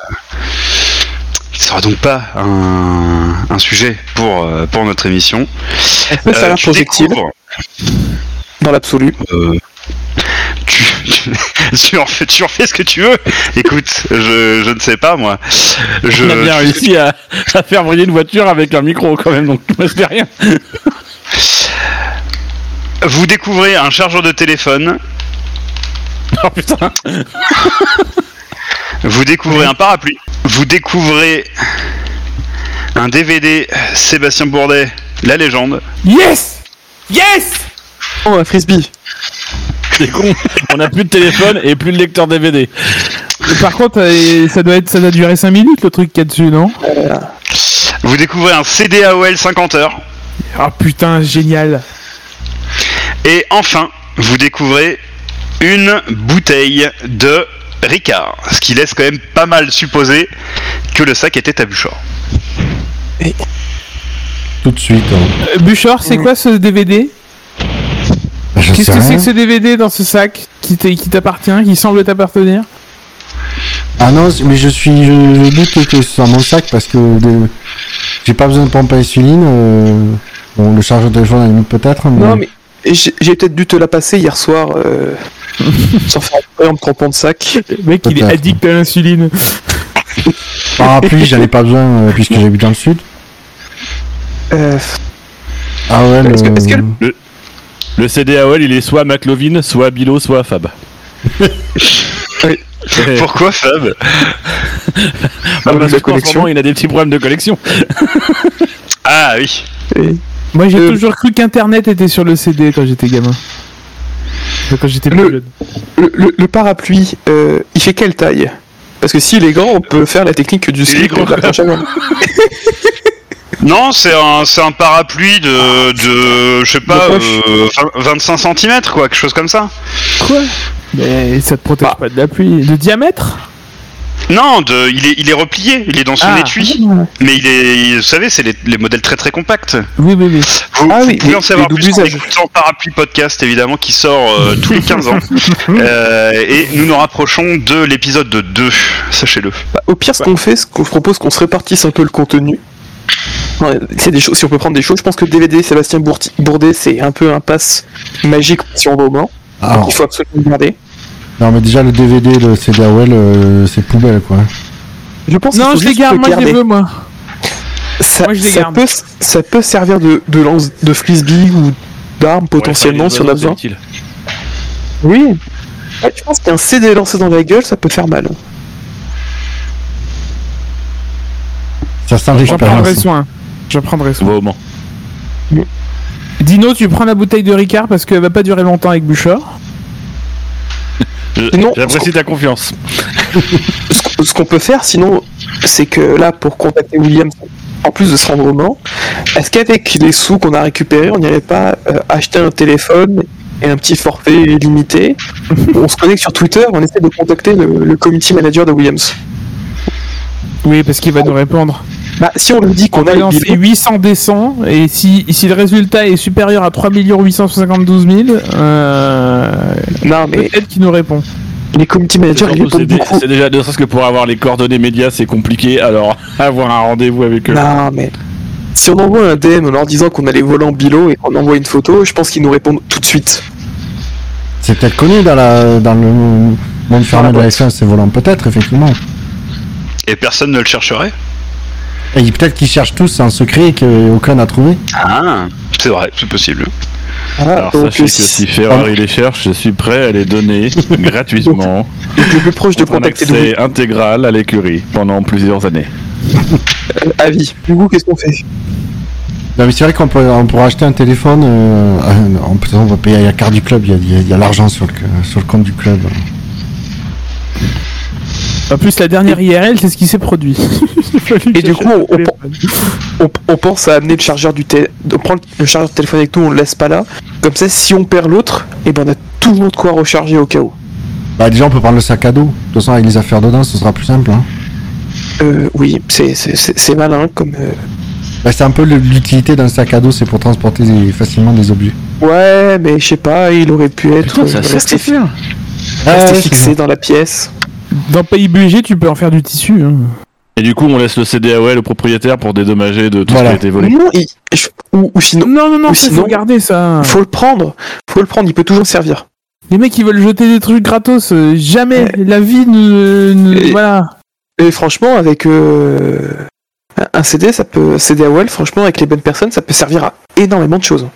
A: qui ne sera donc pas un, un sujet pour, euh, pour notre émission.
E: est-ce que ça a
A: Euh,
E: l'air
A: tu
E: projectile
A: découvres,
E: dans l'absolu
A: euh, tu, tu en fais, tu en fais ce que tu veux. Écoute, je, je ne sais pas moi. Je,
C: On a bien réussi à, à faire briller une voiture avec un micro quand même, donc moi je fais rien.
A: vous découvrez un chargeur de téléphone,
C: Oh putain.
A: vous découvrez un parapluie, vous découvrez un DVD Sébastien Bourdet, La Légende.
D: Yes Yes
E: Oh, un frisbee
C: C'est con. On a plus de téléphone et plus de lecteur DVD.
D: Mais Par contre, euh, ça doit être, ça doit durer 5 minutes le truc qu'il y a dessus, non
A: Vous découvrez un CD AOL 50 heures.
D: Ah putain, génial.
A: Et enfin, vous découvrez une bouteille de Ricard, ce qui laisse quand même pas mal supposer que le sac était à Buchor.
B: Tout de suite. hein.
D: Euh, Buchor, c'est quoi ce DVD
B: Bah, je
D: Qu'est-ce
B: sais
D: que c'est
B: rien.
D: que ce DVD dans ce sac qui t'est- qui t'appartient, qui semble t'appartenir
B: Ah non, c'est- mais je suis, je, je doute que ce soit mon sac parce que de- j'ai pas besoin de pompe à insuline. euh, Bon, le chargeur de téléphone à la limite, peut-être. Mais...
E: Non, mais j'ai j'ai peut-être dû te la passer hier soir, euh, sans faire exprès, en me trompant de sac.
D: Le mec, il est
B: Peut-être.
D: addict à l'insuline.
B: Parapluie, j'en ai pas besoin euh, puisque j'habite dans le sud.
E: Euh,
B: Ah ouais.
E: Est-ce que-
B: le-
E: est-ce que le-
C: Le CD AOL, il est soit McLovin, soit Bilo, soit Fab.
E: Oui.
C: Eh,
A: Pourquoi Fab
C: ah,
E: problème
C: parce qu'en
E: de
C: ce
E: collection.
C: moment, il a des petits problèmes de collection.
A: Ah oui.
E: et-
D: Moi, j'ai
E: Euh,
D: toujours cru qu'Internet était sur le CD quand j'étais gamin. Enfin, Quand j'étais plus
E: Le-
D: jeune.
E: Le, le- le parapluie, euh, il fait quelle taille Parce que s'il est grand, on peut faire la technique du slip
A: grand,
E: de la planche à voile.
A: Non, c'est un, c'est un parapluie de, de je sais pas,
E: poche.
A: euh, 20 25 cm quoi, quelque chose comme ça.
D: Quoi Mais ça te protège
E: Bah.
D: pas de la pluie. De diamètre
A: Non, de, il, est, il est replié, il est dans son
D: Ah.
A: étui, mais il est, vous savez, c'est les, les modèles très très compacts.
D: Oui, oui, oui.
A: Vous,
E: Ah
A: vous
E: oui,
A: pouvez
E: les-
A: en savoir
E: les
A: plus
E: doubles
A: en
E: usages.
A: écoutant Parapluie Podcast, évidemment, qui sort euh, tous les 15 ans. Euh, et nous nous rapprochons de l'épisode 2, sachez-le.
E: Bah, Au pire, ce qu'on fait, ce qu'on je propose, qu'on se répartisse un peu le contenu. Ouais, C'est des choses. Si on peut prendre des choses, je pense que DVD Sébastien Bourti- Bourdet, c'est un peu un pass magique sur le moment.
B: Alors,
E: Il faut absolument le garder.
B: Ah, non, mais déjà le DVD, le CD AOL, euh, c'est poubelle quoi.
E: Je pense qu'il
D: Non,
E: faut
D: je les
E: juste
D: garde,
E: le
D: moi, je les
E: garder.
D: veux, moi.
E: Ça,
D: Moi, je les
E: ça
D: garde.
E: peut, ça peut servir de, de lance de frisbee ou d'arme potentiellement si on a besoin. Oui. je pense qu'un CD lancé dans la gueule, ça peut faire mal.
B: Ça sent
D: J'en prendrai
B: l'expérience.
D: soin. J'en prendrai soin.
C: Va au Mans.
D: Dino, tu prends la bouteille de Ricard parce qu'elle va pas durer longtemps avec Bouchard.
C: Je-
E: Non,
C: J'apprécie ta confiance.
E: Ce qu'on- ce qu'on peut faire, sinon, c'est que là, pour contacter William, en plus de se rendre au Mans, est-ce qu'avec les sous qu'on a récupérés, on n'irait pas euh, acheter un téléphone et un petit forfait illimité. on se connecte sur Twitter, on essaie de contacter le, le community manager de Williams.
D: Oui, parce qu'il va nous répondre.
E: Bah, si on lui dit qu'on a le
D: Alors, c'est
E: bilan,
D: 800 descend, et si, si le résultat est supérieur à 3 872 000, euh,
E: non, mais
D: peut-être qu'il nous répond.
E: les community managers ils
C: C'est
E: répondent
C: dé-
E: beaucoup.
C: c'est déjà ne serait-ce que pour avoir les coordonnées médias, c'est compliqué. Alors avoir un rendez-vous avec eux.
E: Non, mais si on envoie un DM en leur disant qu'on a les volants bilo et qu'on envoie une photo, je pense qu'ils nous répondent tout de suite.
B: C'est peut-être connu dans, la, dans le monde fermé de la F1, c'est volant peut-être, effectivement.
A: Et personne ne le chercherait
B: Et peut-être qu'ils cherchent tous en secret et qu'aucun n'a trouvé.
A: Ah, c'est vrai, c'est possible.
E: Voilà,
C: Alors sachez que
E: Ah, euh, si-
C: si Ferrari les cherche, je suis prêt à les donner gratuitement
E: le plus proche de
C: contre un
E: contacter le
C: accès intégral à l'écurie pendant plusieurs années.
E: avis. Du coup, qu'est-ce qu'on fait
B: Non, mais c'est vrai qu'on peut, on pourra acheter un téléphone. euh, euh, non, en plus, on va payer la carte du club. Il y a- il y a, il y a l'argent sur le, sur le compte du club.
D: En plus, la dernière IRL, c'est ce qui s'est produit.
E: Et du coup, on, on- on- on pense à amener le chargeur du téléphone. On prend le chargeur de téléphone avec nous, on le laisse pas là. Comme ça, si on perd l'autre, et ben on a toujours de quoi recharger au cas où.
B: Bah, déjà, on peut prendre le sac à dos. De toute façon, avec les affaires dedans, ce sera plus simple. hein.
E: Euh, oui, c'est- c'est c'est- c'est malin comme. euh,
B: Bah, c'est un peu le- l'utilité d'un sac à dos, c'est pour transporter des- facilement des objets.
E: Ouais, mais je sais pas, il aurait pu être euh, resté, resté fixé dans la pièce.
D: Dans Pays Budget, tu peux en faire du tissu. hein.
C: Et du coup, on laisse le CDAOL au propriétaire pour dédommager de tout
B: Voilà.
C: ce qui a été volé.
E: Non, il- je- ou, ou sinon,
D: Non, non, non,
E: Ou
D: ça,
E: sinon-
D: faut garder ça.
E: faut le prendre. Faut le prendre, il peut toujours servir.
D: Les mecs, ils veulent jeter des trucs gratos. euh, jamais. La vie ne. ne-
E: Et-
D: Voilà.
E: Et franchement, avec euh, un- un CD, ça peut. CD AOL, franchement, avec les bonnes personnes, ça peut servir à énormément de choses.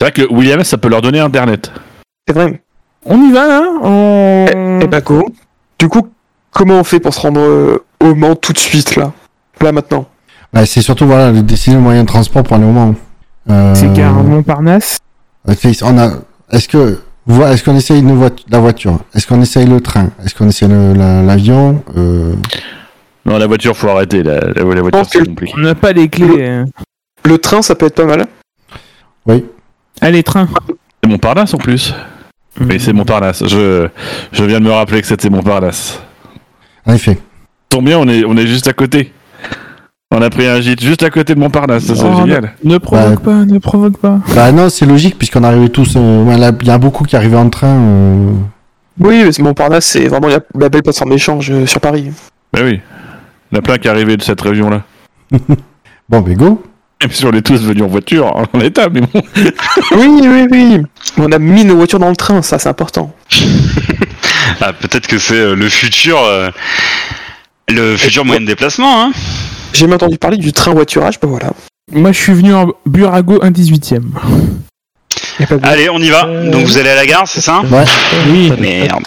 C: C'est vrai que Williams, ça peut leur donner Internet.
E: C'est vrai.
D: On y va, là on...
E: Eh bah go. Du coup, comment on fait pour se rendre euh, au Mans tout de suite là Là maintenant.
B: Bah, c'est surtout voilà, de décider le moyen de transport pour aller au Mans. Euh,
D: C'est qu'à Montparnasse.
B: fait, on a. Est-ce que voi- est-ce qu'on essaye une voit- la voiture Est-ce qu'on essaye le train Est-ce qu'on essaye le- la- l'avion Euh,
C: Non, la voiture, faut arrêter. La, la- la voiture,
E: pense
C: c'est
E: que-
C: compliqué.
D: On n'a pas les clés. euh.
E: Le train, ça peut être pas mal.
D: Allez, train.
C: C'est Montparnasse en plus. Oui, c'est Montparnasse. Je, je viens de me rappeler que c'était Montparnasse.
B: En effet.
C: Tombe bien, on est, on est juste à côté. On a pris un gîte juste à côté de Montparnasse, ça c'est
D: Oh,
C: génial.
D: Ne provoque pas, ne provoque pas.
B: Bah non, c'est logique puisqu'on arrivait tous. euh, ouais, là, Il y a beaucoup qui arrivaient en train. euh,
E: Oui, parce que Montparnasse, c'est vraiment la, la belle plateforme d'échange euh, sur Paris.
C: Bah oui. Il y en a plein qui arrivaient de cette région-là.
B: Bon, ben go.
C: Même si on est tous venus en voiture, hein, en état, mais bon.
E: oui, oui, oui. On a mis nos voitures dans le train, ça c'est important.
A: Ah, peut-être que c'est euh, le futur, euh, le futur moyen de déplacement. Hein.
E: J'ai jamais entendu parler du train voiturage, bah voilà.
D: Moi, je suis venu en Burago 1 18 e
E: Y a pas de-
A: Allez, on y va. Donc vous allez à la gare, c'est ça
B: Ouais.
D: Oui.
A: Merde.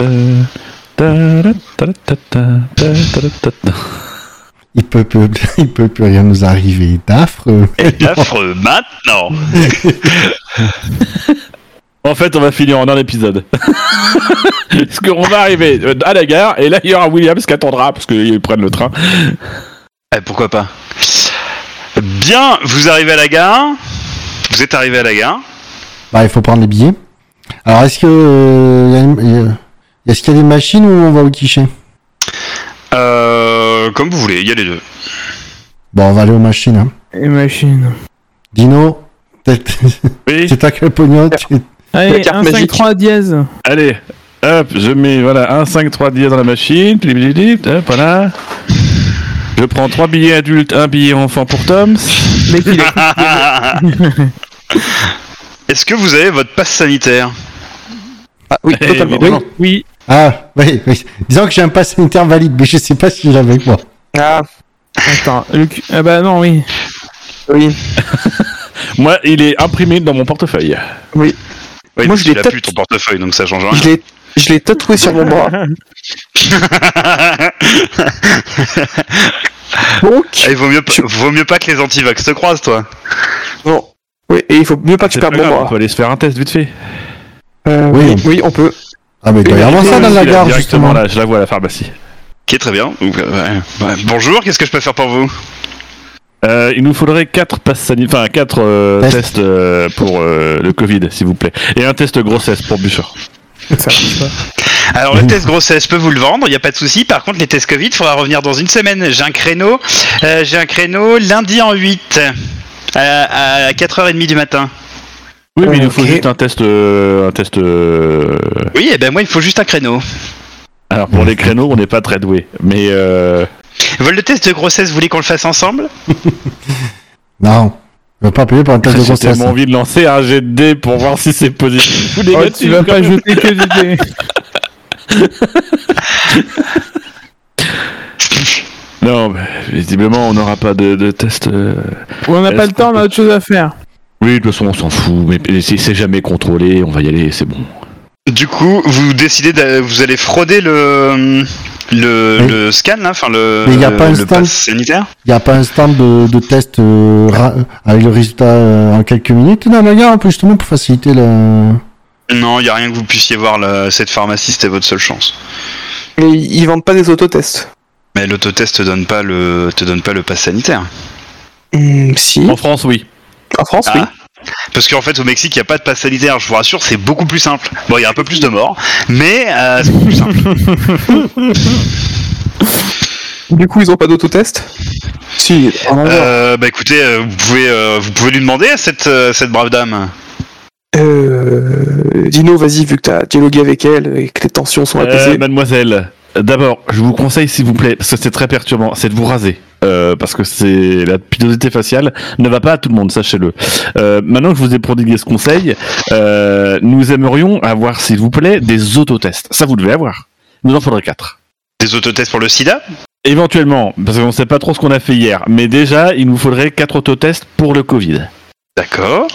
B: Il peut plus, il peut plus rien nous arriver d'affreux.
A: Et l'affreux maintenant.
C: En fait, on va finir en un épisode. parce qu'on va arriver euh, à la gare, et là, il y aura Williams qui attendra, parce qu'ils prennent le train.
A: Eh, pourquoi pas Bien, vous arrivez à la gare. Vous êtes arrivé à la gare.
B: Bah, il faut prendre les billets. Alors, est-ce que euh, il y a une- il y a- est-ce qu'il y a des machines ou on va au guichet
A: Euh, comme vous voulez, il y a les deux.
B: Bon, on va aller aux machines. Hein.
D: Et machine.
B: Dino, t'es-
C: Oui,
B: C'est toi qui as le pognon, tu-
D: Allez,
E: La carte
D: 1, 5,
E: magique.
D: 3 dièse.
C: allez, hop, je mets, voilà, 1, 5, 3 billets dans la machine, puis les billets, hop, voilà. Je prends 3 billets adultes, 1 billet enfant pour Tom.
D: Mec, il a-
A: Est-ce que vous avez votre passe sanitaire
E: Ah oui,
C: Eh,
E: totalement.
C: évidemment.
D: Oui.
B: Ah, oui, oui. Disons que j'ai un pass sanitaire valide, mais je sais pas si j'ai avec moi.
E: Ah
D: Attends. le cul- Ah bah non, oui.
E: oui.
C: Moi, il est imprimé dans mon portefeuille.
A: Oui,
E: Moi,
A: parce
E: je
A: qu'il
E: l'ai
A: a
E: peut-être-
A: plus ton portefeuille, donc ça change rien.
E: Je l'ai, je l'ai tatoué sur mon bras.
A: Ah,
E: Donc, Euh,
A: Eh, vaut mieux, pas- vaut mieux pas que les antivax te croisent, toi.
E: non. Oui, et il faut mieux pas que tu
C: C'est
E: perdes
C: pas
E: mon
C: grave, on
E: bras.
C: peut aller se faire un test vite fait.
E: Euh,
B: Oui.
E: oui. oui, on peut.
B: Ah, mais il doit y avoir ça dans la
C: Il a
B: gare,
C: directement
B: justement.
C: là, je la vois à la pharmacie.
A: Qui est très bien. Donc, euh, ouais. Ouais. Bonjour, qu'est-ce que je peux faire pour vous
C: Euh, il nous faudrait 4 passes sanitaires, enfin 4
B: Test.
C: tests euh, pour euh, le Covid, s'il vous plaît. Et un test grossesse pour Bûcher.
D: Ça marche pas.
A: Alors le test grossesse, je peux vous le vendre, il n'y a pas de souci. Par contre, les tests Covid, il faudra revenir dans une semaine. J'ai un créneau, euh, j'ai un créneau lundi en 8 à, à 4h30 du matin.
C: Oui, mais il nous faut
E: Ok.
C: juste un test. euh, un test euh,
A: Oui, et ben moi, il faut juste un créneau.
C: Alors pour les créneaux, on n'est pas très doué. Mais euh,
A: Vol le test de grossesse, vous voulez qu'on le fasse ensemble
B: Non. Je veux pas payer pour un test de
C: Ah, j'ai
B: grossesse.
C: tellement envie de lancer un jet de dés pour voir si c'est positif ou
D: Oh,
C: négatif.
D: tu vas
C: quand
D: pas
C: même.
D: jeter que des dés.
C: Non, mais visiblement, on n'aura pas de, de test. euh,
D: On n'a
C: Est-ce
D: pas le temps, on a autre chose à faire.
C: Oui, de toute façon, on s'en fout. Mais c'est c'est jamais contrôlé. On va y aller, c'est bon.
A: Du coup, vous décidez, d'a- vous allez frauder le le,
B: Oui.
A: le scan, là, enfin le,
B: Mais il y a pas un
A: le
B: stand.
A: pass sanitaire.
B: Il n'y a pas un stand de, de test euh, ra- avec le résultat euh, en quelques minutes. Non, mais il y a un peu justement pour faciliter le.
A: Non, il n'y a rien que vous puissiez voir. là, cette pharmacie, c'était votre seule chance.
E: Mais ils ils vendent pas des autotests.
A: Mais l'autotest te donne pas le te donne pas le pass sanitaire.
E: Hmm, si.
C: En France, oui.
E: En France,
A: Ah. Parce qu'en fait, au Mexique, il n'y a pas de passe sanitaire, je vous rassure, c'est beaucoup plus simple. Bon, il y a un peu plus de morts, mais euh, c'est beaucoup plus simple.
E: oui. Du coup, ils ont pas d'autotest Si. en Angleterre.
A: Euh, bah écoutez, euh, vous, pouvez, euh, vous pouvez lui demander à cette, euh, cette brave dame.
E: Euh, Dino, vas-y, vu que t'as dialogué avec elle et que les tensions sont apaisées.
C: Euh, mademoiselle, d'abord, je vous conseille, s'il vous plaît, parce que c'est très perturbant, c'est de vous raser. Euh, parce que c'est la pilosité faciale ne va pas à tout le monde, sachez-le. Euh, maintenant que je vous ai prodigué ce conseil, euh, nous aimerions avoir, s'il vous plaît, des autotests. Ça, vous devez avoir. Nous en faudrait quatre.
A: Des autotests pour le sida
C: Éventuellement, parce qu'on ne sait pas trop ce qu'on a fait hier, mais déjà, il nous faudrait quatre autotests pour le Covid.
A: D'accord.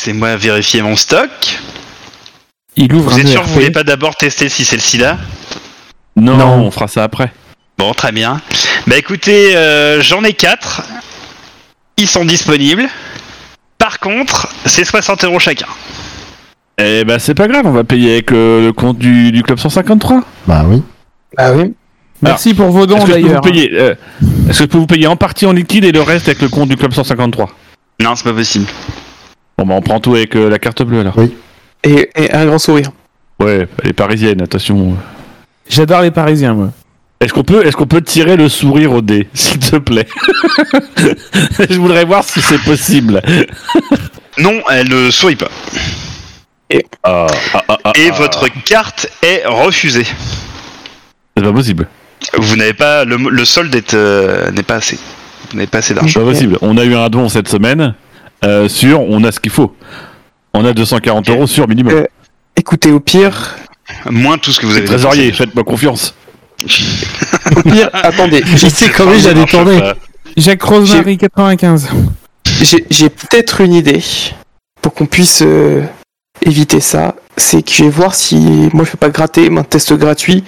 A: C'est moi à vérifier mon stock.
D: Il ouvre
A: Vous êtes
C: E
A: sûr que vous voulez pas d'abord tester si c'est le sida
C: Non,
B: Non.
C: on fera ça après.
A: Bon, très bien. Bah écoutez, euh, j'en ai 4. Ils sont disponibles. Par contre, c'est 60 euros chacun.
C: Eh ben, c'est pas grave, on va payer avec euh, le compte du, du Club 153.
B: Bah oui.
E: Ah oui.
D: Merci pour vos dons
C: Est-ce que, je peux vous
D: d'ailleurs.
C: payer, euh, est-ce que je peux vous payer en partie en liquide et le reste avec le compte du club 153
A: Non, c'est pas possible.
C: Bon bah on prend tout avec euh, la carte bleue alors.
E: Et, et un grand sourire.
C: Ouais, elle est parisienne, attention. euh.
D: J'adore les Parisiens, moi.
C: Est-ce qu'on peut, est-ce qu'on peut tirer le sourire au dé, s'il te plaît Je voudrais voir si c'est possible.
A: Non, elle ne sourit pas.
C: Ah, ah, ah, ah,
A: Et
C: ah.
A: votre carte est refusée.
C: C'est pas possible.
A: Vous n'avez pas le, le solde est, euh, n'est pas assez. Vous n'avez pas assez d'argent.
C: C'est pas possible. On a eu un don cette semaine euh, sur, on a ce qu'il faut. On a 240 euros sur minimum.
E: Euh, Écoutez, au pire,
A: Moins tout ce que vous
C: C'est
A: avez.
C: trésorier,
A: dépensé.
C: faites-moi confiance.
E: au pire, attendez.
B: Il
E: j'ai-
B: sait
A: Ça
B: comment
A: ne
B: j'ai
A: marche
B: détourné.
A: pas.
D: Jacques Rosemary, 95.
E: J'ai j'ai peut-être une idée pour qu'on puisse euh, éviter ça. C'est que je vais voir si moi je peux pas gratter un test gratuit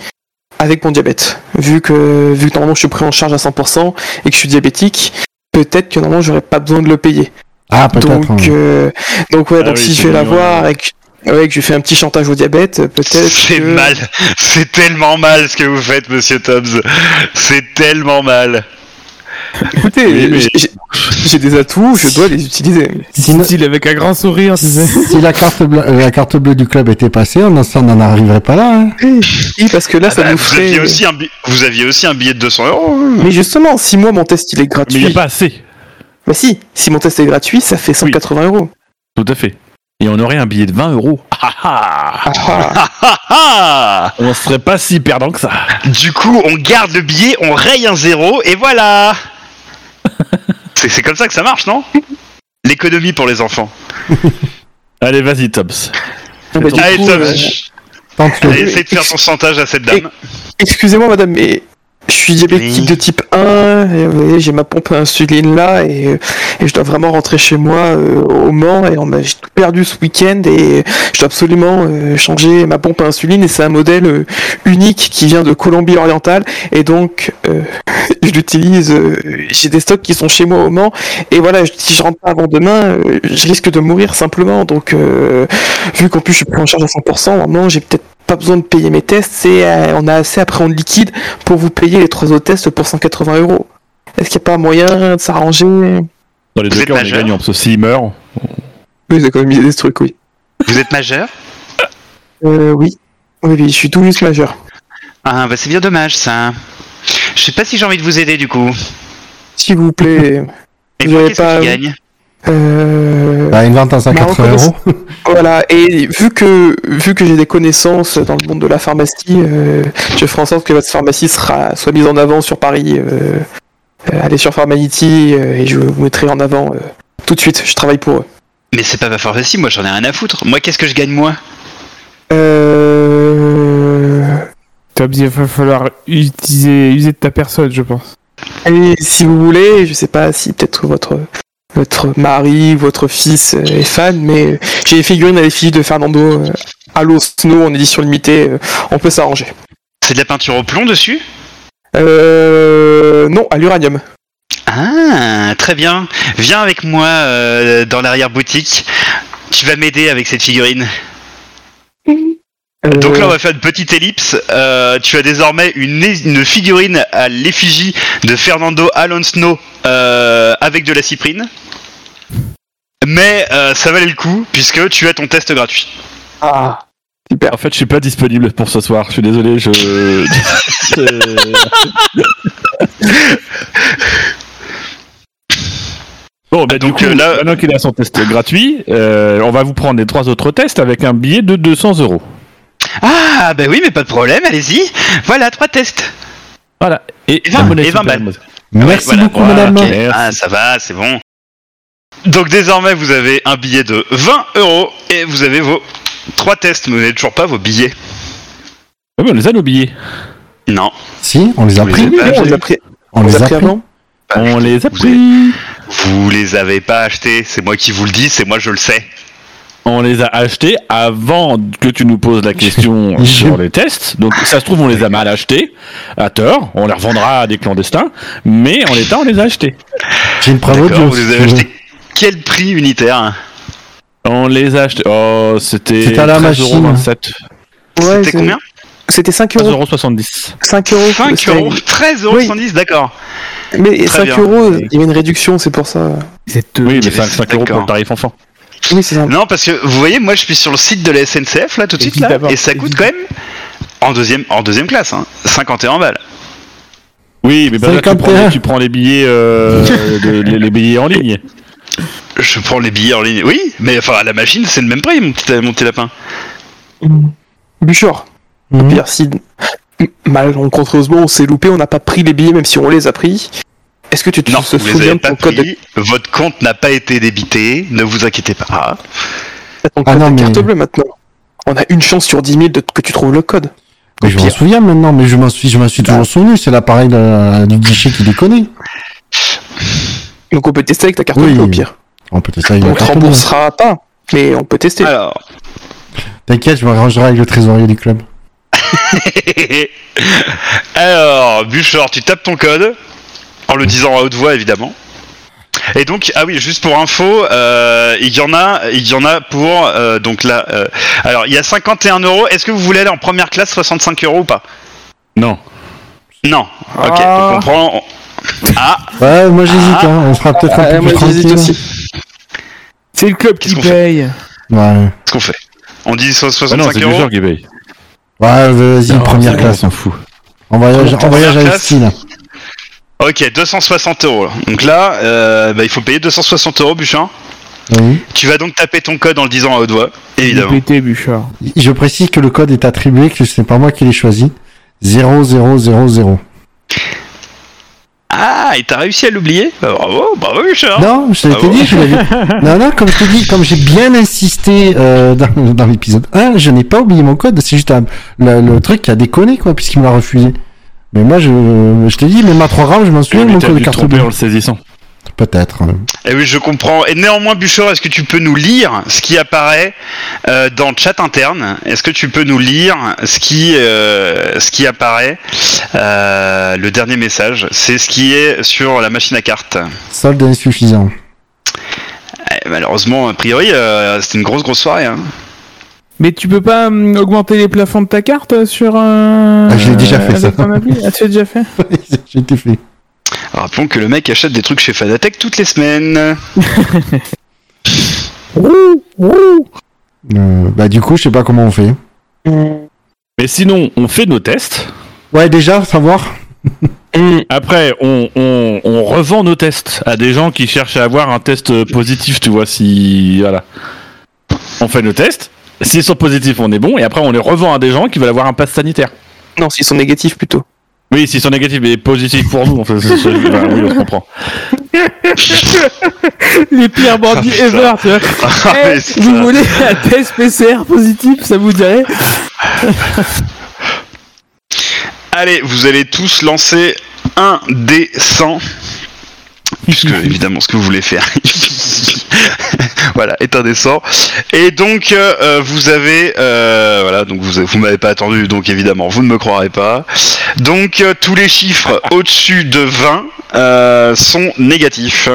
E: avec mon diabète. Vu que, vu que normalement je suis pris en charge à 100% et que je suis diabétique, peut-être que normalement j'aurais pas besoin de le payer.
B: Ah, peut-être.
E: Donc,
B: hein.
E: euh, donc ouais,
C: Ah
E: donc
C: oui,
E: si
C: c'est
E: je vais la
C: mignon.
E: voir et que, ouais, que je fais un petit chantage au diabète, peut-être.
A: C'est
E: que-
A: mal. C'est tellement mal ce que vous faites, Monsieur Tubbs. C'est tellement mal.
E: Écoutez,
C: Oui, mais-
E: j'ai- j'ai- j'ai des atouts, je dois les utiliser.
B: Sinon-
D: Style avec un grand sourire, tu sais.
B: Si la carte, bleue, euh, la carte bleue du club était passée, on n'en- on n'en arriverait pas là. hein.
E: Oui, parce que là, ça
A: Ah bah,
E: nous
A: vous, aviez
E: ferait.
A: aussi un bi- vous aviez aussi un billet de 200 euros.
E: Mais justement, si moi mon test il est
C: Mais
E: gratuit,
C: il n'y a pas assez.
E: Bah si, si mon test est gratuit, ça fait 180 euros.
C: Tout à fait. Et on aurait un billet de 20 euros. Ah, ah, ah.
A: Ah
C: on serait pas si perdant que ça.
A: Du coup, on garde le billet, on raye un zéro et voilà. c'est c'est comme ça que ça marche, non L'économie pour les enfants.
C: Allez, vas-y, Tops.
E: Bon, bah, du
A: Allez,
E: coup,
A: Tubbs.
E: euh,
B: Tente-le.
A: Allez, essaye de faire ton chantage à cette dame.
E: Excusez-moi madame, mais je suis diabétique
A: Oui.
E: de type 1, et vous voyez, j'ai ma pompe à insuline là, et, euh, et je dois vraiment rentrer chez moi euh, au Mans, et on m'a- j'ai tout perdu ce week-end, et je dois absolument euh, changer ma pompe à insuline, et c'est un modèle euh, unique qui vient de Colombie-Orientale, et donc euh, je l'utilise, euh, j'ai des stocks qui sont chez moi au Mans, et voilà, je- si je rentre pas avant demain, euh, je risque de mourir simplement, donc euh, vu qu'en plus je suis pris en charge à 100%, normalement j'ai peut-être pas besoin de payer mes tests, c'est euh, on a assez après en liquide pour vous payer les trois autres tests pour 180 euros. Est-ce qu'il n'y a pas moyen de s'arranger Oui,
C: Dans les
A: Vous
C: deux
A: êtes
C: cas, on est
A: majeur
C: gagnant. Parce que s'il meurt,
E: j'ai quand même mis des trucs, oui.
A: Vous êtes majeur
E: Euh, oui. Oui, oui, je suis tout juste majeur.
A: Ah, bah c'est bien dommage ça. Je sais pas si j'ai envie de vous aider du coup.
E: S'il vous plaît.
A: Et
E: Vous
A: moi,
E: avez
A: qu'est-ce
E: pas-
A: que tu gagnes
E: Euh...
B: Bah, une vente à 180
E: reconnaissance-
B: euros.
E: Voilà, et vu que, vu que j'ai des connaissances dans le monde de la pharmacie, euh, je ferai en sorte que votre pharmacie sera, soit mise en avant sur Paris. Euh, euh, allez sur Pharmanity euh, et je vous mettrai en avant euh, tout de suite, je travaille pour eux.
A: Mais c'est pas ma facile, moi j'en ai rien à foutre. Moi qu'est-ce que je gagne moi
E: Euh...
D: Tom, il va falloir utiliser, user de ta personne, je pense.
E: Allez, si vous voulez, je sais pas si peut-être votre votre mari, votre fils euh, est fan, mais j'ai des figurines à des filles de Fernando euh, Allo Snow en édition limitée, euh, on peut s'arranger.
A: C'est de la peinture au plomb dessus
E: Euh... Non, à l'uranium.
A: Ah, très bien. Viens avec moi euh, dans l'arrière-boutique. Tu vas m'aider avec cette figurine. Donc là, on va faire une petite ellipse. Euh, tu as désormais une, une figurine à l'effigie de Fernando Alonso euh, avec de la cyprine. Mais euh, ça valait le coup puisque tu as ton test gratuit.
E: Ah, super.
C: en fait, je suis pas disponible pour ce soir. Je suis désolé, je. Bon, bah,
A: Donc,
C: du coup,
A: euh, là-
C: maintenant qu'il a son test gratuit, euh, on va vous prendre les trois autres tests avec un billet de 200 euros.
A: Ah, bah oui, mais pas de problème, allez-y. Voilà, trois tests.
C: Voilà. Et,
A: Et vingt-
C: la monnaie
A: et vingt
C: super
A: balles.
C: mode.
B: Merci
A: Ouais, voilà.
B: beaucoup,
A: Voilà,
B: madame.
A: ok.
C: Merci.
A: Ah, ça va, c'est bon. Donc désormais, vous avez un billet de 20 euros et vous avez vos trois tests, mais vous n'avez toujours pas vos billets.
C: Ah oui, on les a nos billets.
A: Non.
B: Si, on les a
A: Vous
B: pris.
A: les avez pas
E: on
A: achetés.
E: l'a pris,
B: On
E: on
B: les
E: l'a
B: a
E: pris
B: pris.
E: avant.
A: Pas
C: On les
A: Bah,
C: a
A: Vous
C: pris.
A: Vous les avez pas achetés, c'est moi qui vous le dis, c'est moi je le sais.
C: On les a achetés avant que tu nous poses la question sur les tests. Donc, ça se trouve, on les a mal achetés, à tort. On les revendra à des clandestins. Mais en l'état, on les a achetés.
B: J'ai une preuve
A: D'accord,
B: audio.
A: vous
B: si
A: les
B: tu
A: avez
B: veux.
A: achetés. Quel prix unitaire hein
C: On les a achetés. Oh, c'était.
B: C'était à la machine.
C: 13,27
E: Ouais,
A: C'était
E: c'est-
A: combien
E: C'était 5 euros.
C: 13,70
E: 5 euros.
A: 5
E: c'était-
A: euros 13 euros
E: Oui.
A: 110, d'accord.
E: Mais
A: Très
E: 5
A: bien.
E: euros, il y avait une réduction, c'est pour ça.
C: Oui, mais 5, euros pour
A: D'accord.
C: le tarif enfant.
E: Oui, c'est ça.
A: Non, parce que vous voyez, moi je suis sur le site de la SNCF là tout de suite là,
D: Évidemment,
A: et ça coûte quand même en deuxième, en deuxième classe, hein, 51 balles.
C: Oui, mais bah, là, tu,
B: 51.
C: prends, tu prends les billets, euh, de- les, les billets en ligne.
A: Je prends les billets en ligne. Oui, mais enfin à la machine c'est le même prix, mon petit, euh, mon petit lapin.
E: Bouchard,
B: Mhm.
E: pire, si malencontreusement on s'est loupé, on n'a pas pris les billets, même si on les a pris. Est-ce que tu te
A: Non,
E: se
A: vous les
E: souviens
A: avez
E: de ton
A: pas
E: code, de,
A: pris. Votre compte n'a pas été débité. Ne vous inquiétez pas.
E: Ah, ton
B: Ah
E: code
B: non,
E: de
B: mais-
E: carte bleue maintenant On a une chance sur 10 000 de- que tu trouves le code.
B: Mais je m'en
E: Pire.
B: souviens maintenant, mais je m'en suis, je m'en suis
A: Ah.
B: toujours souvenu. C'est l'appareil de la- du guichet qui déconne.
E: Donc on peut tester avec ta carte
B: Oui.
E: bleue au pire.
B: On peut tester avec
E: on
B: la
E: te
B: carte bleue.
E: remboursera pas, mais on peut tester.
A: Alors,
B: T'inquiète, je m'arrangerai avec le trésorier du club.
A: alors, Bouchard, tu tapes ton code en le disant à haute voix évidemment. Et donc, ah oui, juste pour info, euh, il y en a, il y en a pour euh, donc là. euh, alors, il y a 51 euros. Est-ce que vous voulez aller en première classe 65 euros ou pas
C: Non.
A: Non. Ok.
D: Ah.
A: Donc on prend. on- Ah,
B: Ouais, moi j'hésite,
A: Ah.
B: hein. on sera peut-être un
E: Ah,
B: peu
E: moi
B: plus
E: j'hésite
B: tranquille.
E: aussi.
D: C'est le club qui
A: Qu'est-ce qu'on
D: paye.
B: Ouais,
A: qu'est-ce qu'on fait On dit so-
C: Ah non,
A: 65
C: c'est
A: euros.
C: Bouchard qui paye.
B: ouais vas-y,
C: Non,
B: première
C: c'est-
B: classe.
C: On s'en fout.
B: On voyage, on
A: Première
B: voyage avec
A: classe.
B: style.
A: Ok, 260 euros. Donc là, euh, bah, il faut payer 260 euros, Bouchard.
B: Ah Oui.
A: Tu vas donc taper ton code en le disant à haute voix,
D: Il
A: évidemment.
D: est pété, Bouchard.
B: Je précise que le code est attribué, que c'est pas moi qui l'ai choisi. 0000.
A: Ah, et t'as réussi à l'oublier Bah, Bravo, bravo, Bouchard.
B: Non, je
A: Ah
B: t'avais
A: bon
B: dit, je l'avais. Non, non, comme je t'ai dit, comme j'ai bien insisté euh, dans, dans l'épisode 1, je n'ai pas oublié mon code, c'est juste un- le, le truc qui a déconné, quoi, puisqu'il me l'a refusé. Mais moi, je, je t'ai dit, même à 3 rames, je m'en souviens, de mon
C: Mais t'as
B: code de
C: dû te
B: carte
C: tromper en
B: bleue.
C: le saisissant.
B: Peut-être. euh.
A: Eh oui, je comprends. Et néanmoins, Bouchard, est-ce que tu peux nous lire ce qui apparaît euh, dans le chat interne Est-ce que tu peux nous lire ce qui, euh, ce qui apparaît euh, Le dernier message, c'est ce qui est sur la machine à cartes.
B: Solde insuffisant.
A: Eh, malheureusement, a priori, euh, c'était une grosse, grosse soirée. Hein.
D: Mais tu peux pas hum, augmenter les plafonds de ta carte euh, sur un.
B: Ah, je l'ai déjà fait, ça.
D: Avec ton appli Ah, tu l'as déjà fait
B: J'ai été fait.
A: Rappelons que le mec achète des trucs chez Fanatec toutes les semaines.
B: Euh, bah du coup, je sais pas comment on fait.
C: Mais sinon, on fait nos tests.
B: Ouais, déjà, savoir.
C: Après, on, on- on revend nos tests à des gens qui cherchent à avoir un test positif, tu vois, si... Voilà. On fait nos tests. S'ils sont positifs, on est bon. Et après, on les revend à des gens qui veulent avoir un pass sanitaire.
E: Non, s'ils sont négatifs plutôt.
C: Oui, s'ils sont négatifs, mais positifs pour nous, en fait. c'est- c'est- enfin, oui, on se comprend.
D: Les pires bandits
A: Ah, putain.
D: ever, tu vois.
A: Ah,
D: Eh,
A: mais ça-
D: vous voulez un test PCR positif, ça vous dirait
A: Allez, vous allez tous lancer un des 100. Puisque, évidemment, ce que vous voulez faire. voilà, est indécent. Et donc, euh, euh, vous avez. euh, voilà, donc vous, vous m'avez pas attendu, donc évidemment, vous ne me croirez pas. Donc, euh, tous les chiffres au-dessus de 20 euh, sont négatifs.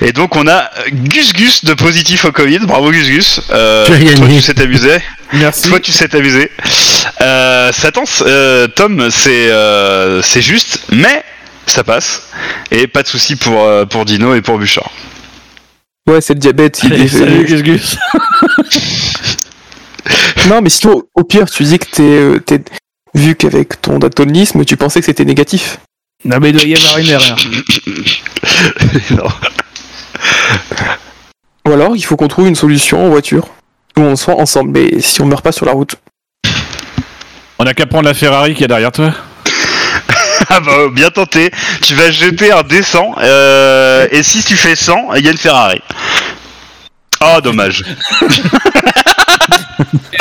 A: Et donc, on a Gus Gus de positif au Covid. Bravo, Gus Gus. Euh,
B: Tu as gagné.
A: toi, tu sais t'amuser.
D: Merci.
A: Toi, tu sais t'amuser. Euh, Satan, c- euh, Tom, c'est euh, c'est juste, mais ça passe. Et pas de souci pour, euh, pour Dino et pour Bouchard.
E: Ouais, c'est le diabète. il est-
C: Salut, salut, Gus Gus.
E: Non, mais si toi, au pire, tu dis que t'es. euh, t'es- Vu qu'avec ton datonisme, tu pensais que c'était négatif.
D: Non, mais il doit y avoir une erreur.
A: Non.
E: Ou alors, il faut qu'on trouve une solution en voiture. Où on soit ensemble, mais si on meurt pas sur la route.
C: On a qu'à prendre la Ferrari qui est derrière toi.
A: Ah bah, bien tenté. Tu vas jeter un D100. euh, et si tu fais 100, il y a une Ferrari. Ah, dommage.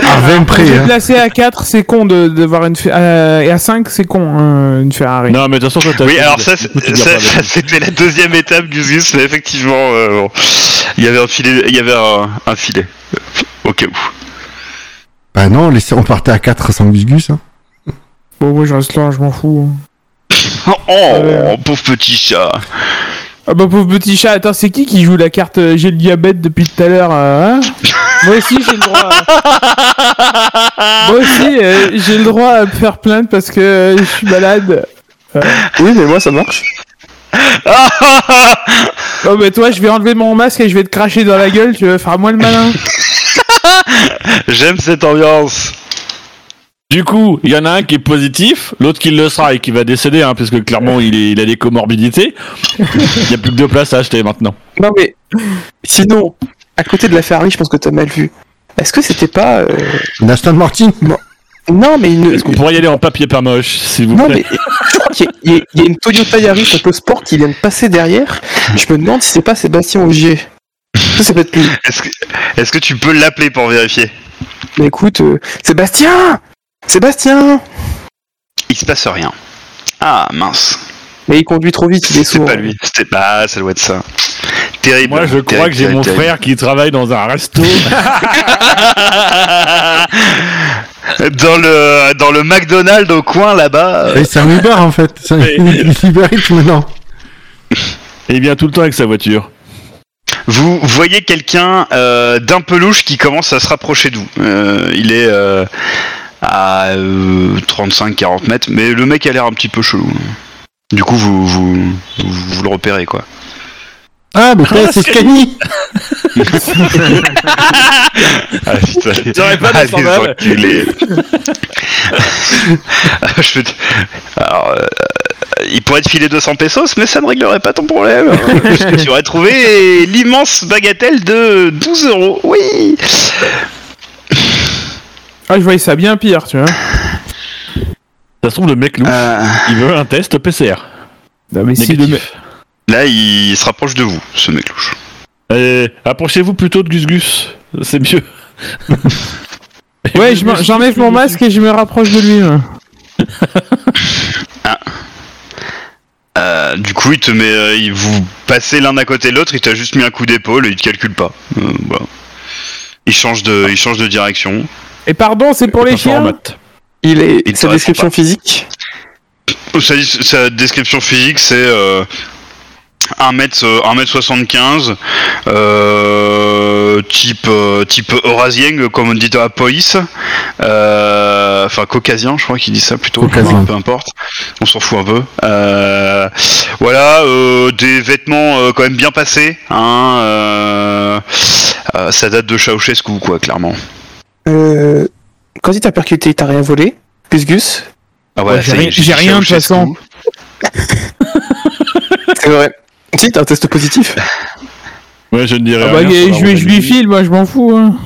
B: À 20 près.
D: J'ai
B: hein.
D: placé à 4, c'est con de, de voir une. Fe- euh, et à 5, c'est con, hein, une Ferrari.
C: Non, mais de toute façon, toi, t'as-
A: Oui, alors ça,
C: du
A: c'est-
C: coup, tu
A: ça-
C: gardes pas
A: ça,
C: la-
A: c'était la deuxième étape, Gus Gus. Mais effectivement, euh, bon. il y avait un filet. Il y avait un, un filet. Au cas où.
B: Bah non, laissez- on partait à 4 sans Gus Gus. Hein.
D: Bon, moi je reste là, je m'en fous. hein.
A: Oh,
C: Ah,
A: pauvre petit chat.
D: Ah bah, pauvre petit chat, attends, c'est qui qui joue la carte euh, J'ai le diabète depuis tout à l'heure euh, hein Moi aussi, j'ai le droit. à- Moi aussi, euh, j'ai le droit à me faire plainte parce que euh, je suis malade. Euh.
E: Oui, mais moi, ça marche.
D: Oh, bah, toi, je vais enlever mon masque et je vais te cracher dans la gueule, tu veux faire moi le malin
A: J'aime cette ambiance.
C: Du coup, il y en a un qui est positif, l'autre qui le sera et qui va décéder, hein, puisque clairement, il, est- il a des comorbidités. Il n'y a plus que deux places à acheter maintenant.
E: Non, mais. Sinon, à côté de la Ferrari, je pense que t'as mal vu. Est-ce que c'était pas. euh,
B: Une Aston Martin.
E: Non, mais une.
C: Est-ce qu'on pourrait y aller en papier pas moche, s'il vous
E: Non,
C: plaît
E: mais je crois qu'il y, a- il y a- il y a une Toyota Yaris un peu sport qui vient de passer derrière. Je me demande si c'est pas Sébastien Ogier. Ça, c'est peut-être lui.
A: Est-ce que, est-ce que tu peux l'appeler pour vérifier
E: Mais écoute, euh, Sébastien Sébastien
A: Il se passe rien. Ah mince,
E: Mais il conduit trop vite, il est
A: c'est
E: sourd.
A: pas lui, c'était pas, ah, ça doit être ça. Terrible.
C: Moi, je crois
A: terrible,
C: que j'ai
A: terrible,
C: mon
A: terrible.
C: frère qui travaille dans un resto.
A: dans le dans le McDonald's au coin là-bas. euh,
B: Et c'est un Uber en fait. C'est un Uber Eats maintenant.
C: et il vient tout le temps avec sa voiture.
A: Vous voyez quelqu'un euh, d'un peu louche qui commence à se rapprocher de vous. Euh, il est euh, à 35-40 mètres, mais le mec a l'air un petit peu chelou. Du coup, vous vous, vous, vous le repérez quoi.
B: Ah, mais putain, c'est Scani
A: Ah putain.
C: T'aurais pas deux
A: Ah,
C: cents
A: les
C: balles
A: enculés. Ah, je veux dire- Alors, euh, il pourrait te filer 200 pesos, mais ça ne réglerait pas ton problème. hein, puisque tu aurais trouvé l'immense bagatelle de 12 euros. Oui
D: Ah, je voyais ça bien pire, tu vois.
C: Ça se trouve, le mec louche,
A: Euh,
C: il veut un test PCR.
D: Non, mais si le mec-
C: Négatif.
A: Là, il se rapproche de vous, ce mec louche.
C: Et Euh, Approchez-vous plutôt de Gus Gus, c'est mieux.
D: Ouais, je m'en- j'enlève mon masque et je me rapproche de lui. hein.
A: Euh, du coup, il te met, euh, il vous passez l'un à côté de l'autre, il t'a juste mis un coup d'épaule et il te calcule pas. Euh, voilà. Il change de, il change de direction.
D: Et pardon, c'est pour les chiens
E: Il est.
A: Il te
E: sa
A: répond
E: description
A: pas.
E: physique
A: Sa, sa description physique, c'est euh, 1m, euh, 1m75, euh, type, euh, type eurasien, comme on dit à Poïs, euh, enfin caucasien, je crois qu'il dit ça plutôt,
B: Caucasien.
A: peu importe, on s'en fout un peu. Euh, voilà, euh, des vêtements euh, quand même bien passés, hein, euh, euh, ça date de Ceausescu, quoi, clairement.
E: Euh, quand il t'a percuté, il t'a rien volé. Gus Gus.
A: Ah
D: Ouais, j'ai
A: ça y est,
D: rien-
A: j'ai
D: j'ai
A: dit
D: rien, de toute
A: Ceausescu.
D: façon.
E: C'est vrai. Si, t'as un test positif.
C: Ouais, je ne dirais
D: Ah bah,
C: rien,
D: je,
C: ça va,
D: lui-
C: on
D: je
C: a
D: lui
C: dit.
D: file, moi, je m'en fous. hein.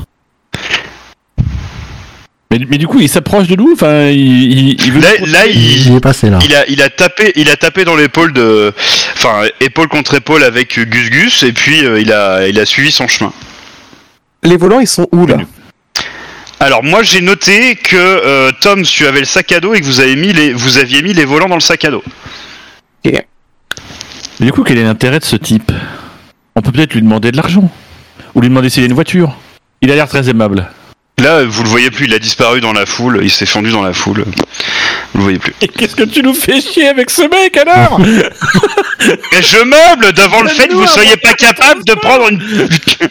C: Mais, mais du coup, il s'approche de nous. Enfin, il, il, il veut.
A: Là, là, il,
B: est passé là.
A: Il a, il a tapé, il a tapé dans l'épaule de, enfin épaule contre épaule avec Gus Gus et puis euh, il a, il a suivi son chemin.
E: Les volants, ils sont où là
A: Alors moi j'ai noté que euh, Tom, tu avais le sac à dos et que vous avez mis les, vous aviez mis les volants dans le sac à dos.
C: Mais du coup, quel est l'intérêt de ce type On peut peut-être lui demander de l'argent. Ou lui demander s'il a une voiture. Il a l'air très aimable.
A: Là vous le voyez plus, il a disparu dans la foule, il s'est fendu dans la foule. Vous le voyez plus.
C: Et qu'est-ce que tu nous fais chier avec ce mec alors
A: Mais je meuble devant le fait que vous soyez pas capable de prendre une.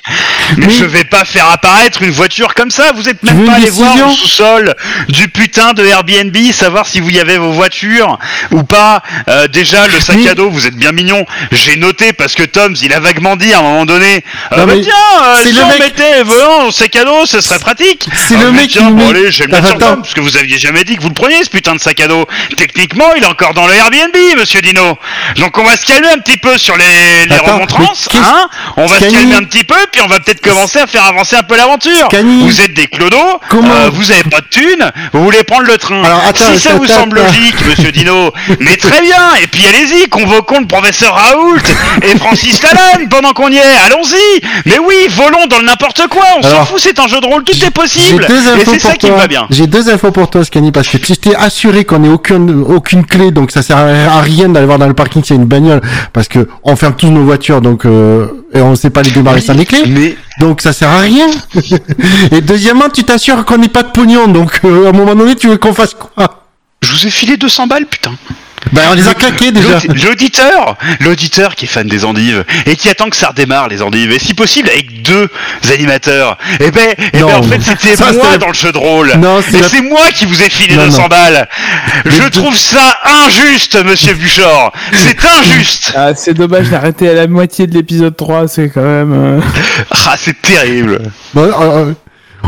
A: Mais je vais pas faire apparaître une voiture comme ça. Vous êtes
B: Tu veux
A: même pas
B: une
A: allé voir
B: décision
A: au sous-sol du putain de Airbnb, savoir si vous y avez vos voitures ou pas. Euh, déjà le sac
B: Oui.
A: à dos, vous êtes bien mignon. J'ai noté parce que Tom, il a vaguement dit à un moment donné. euh,
B: Non,
A: bah
B: mais
A: tiens, euh,
B: c'est
A: si
B: le
A: on
B: mec-
A: mettait les volants au sac à dos, ce serait pratique.
B: C'est
A: Ah,
B: le
A: mais
B: mec
A: tiens,
B: qui
A: bon,
B: nous met-
A: allez, j'aime bien
B: Attends,
A: sur
B: attends.
A: Tom, parce que vous aviez jamais dit que vous le preniez, ce putain de sac à dos. Techniquement, il est encore dans le Airbnb, monsieur Dino. Donc on va se calmer un petit peu sur les, les
B: Attends,
A: remontrances,
B: mais qu'est-ce-
A: hein On va se
B: Scani-
A: calmer un petit peu, puis on va peut-être commencer à faire avancer un peu l'aventure.
B: Scani-
A: Vous êtes des clodos,
B: Comment
A: euh, vous avez pas de thunes, vous voulez prendre le train.
B: Alors, attends,
A: si ça
B: attends,
A: vous
B: attends,
A: semble
B: attends.
A: logique, monsieur Dino, mais très bien, et puis allez-y, convoquons le professeur Raoult et Francis Lalanne pendant qu'on y est, allons-y Mais oui, volons dans le n'importe quoi, on s'en
B: Alors,
A: fout, c'est un jeu de rôle, tout est
B: J'ai
A: possible
B: deux
A: Et
B: infos
A: c'est ça
B: pour
A: qui me
B: toi.
A: va bien.
B: J'ai deux infos pour toi, Scanny, parce que tu t'es assuré qu'on n'ait aucune, aucune clé, donc ça sert à rien d'aller voir dans le parking s'il y a une bagnole, parce que on ferme tous nos voitures, donc euh, et on sait pas les démarrer sans les clés,
A: Mais
B: donc ça sert à rien. et deuxièmement, tu t'assures qu'on n'ait pas de pognon, donc euh, à un moment donné, tu veux qu'on fasse quoi
A: je vous ai filé 200 balles, putain
B: Ben on les a claqués déjà.
A: L'audi- L'auditeur, l'auditeur qui est fan des endives et qui attend que ça redémarre les endives et si possible avec deux animateurs. Eh ben, eh ben,
B: Non,
A: en fait c'était
B: ça,
A: moi
B: c'est-
A: dans le jeu de rôle.
B: Non, c'est
A: Et
B: la-
A: c'est moi qui vous ai filé
B: Non,
A: 200
B: non.
A: balles. Je
B: deux-
A: trouve ça injuste, monsieur Buchor. C'est injuste.
D: Ah, c'est dommage d'arrêter à la moitié de l'épisode 3, c'est quand même. euh,
A: Ah, c'est terrible.
B: Bon, euh,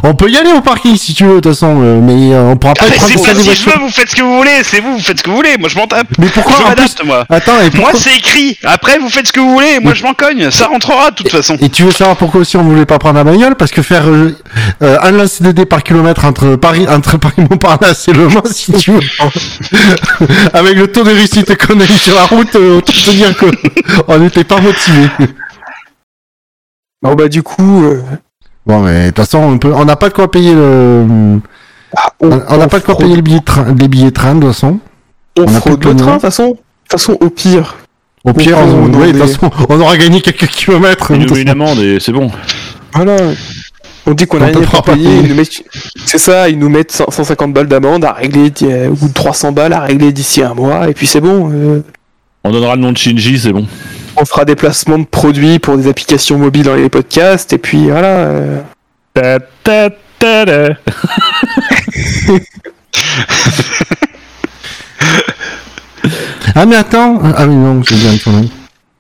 B: on peut y aller au parking si tu veux, de toute façon, euh, mais euh, on pourra
A: Ah,
B: pas
A: mais
B: être
A: c'est
B: 3%
A: pas
B: des
A: si je veux,
B: voitures.
A: vous faites ce que vous voulez. C'est vous, vous faites ce que vous voulez. Moi, je m'en tape.
B: Mais pourquoi
A: Je
B: en plus
A: m'adapte, moi.
B: Attends,
A: Moi,
B: et pourquoi-
A: c'est écrit. Après, vous faites ce que vous voulez. Moi, je m'en cogne. Ça rentrera de toute façon.
B: Et tu veux savoir pourquoi aussi on voulait pas prendre la bagnole Parce que faire euh, euh, un lance de dés par kilomètre entre Paris, entre Paris Montparnasse et Le Mans, si tu veux, avec le taux de réussite qu'on a eu sur la route, euh, autant te dire que on n'était pas motivé.
E: Bon bah du coup, euh,
B: Bon, mais de toute façon, on peut, on n'a pas de quoi payer le,
E: ah,
B: on
E: on,
B: on n'a pas de quoi
E: fraude-
B: payer le billet de train, les billets de train de toute façon.
E: on
B: on a
E: fraude
B: plus de
E: le
B: pognon.
E: train, de toute façon. De toute façon, au pire.
B: Au pire,
E: peut-
B: on,
E: on
B: ouais, de toute
E: est-
B: façon, on aura gagné quelques kilomètres.
C: Il
B: de
C: nous
B: toute
C: met une
B: façon.
C: amende et c'est bon.
E: Voilà. On dit qu'on a
B: On
E: rien
B: peut
E: à
B: pas
E: payer.
B: payer.
E: ils nous mettent- C'est ça, ils nous mettent 100 150 balles d'amende à régler, d'i- euh, ou 300 balles à régler d'ici un mois, et puis c'est bon. euh,
C: On donnera le nom de Shinji, c'est bon.
E: on fera des placements de produits pour des applications mobiles dans les podcasts, et puis voilà. euh,
C: Ta ta ta da.
B: Ah, mais attends, ah, mais non, je viens de tourner.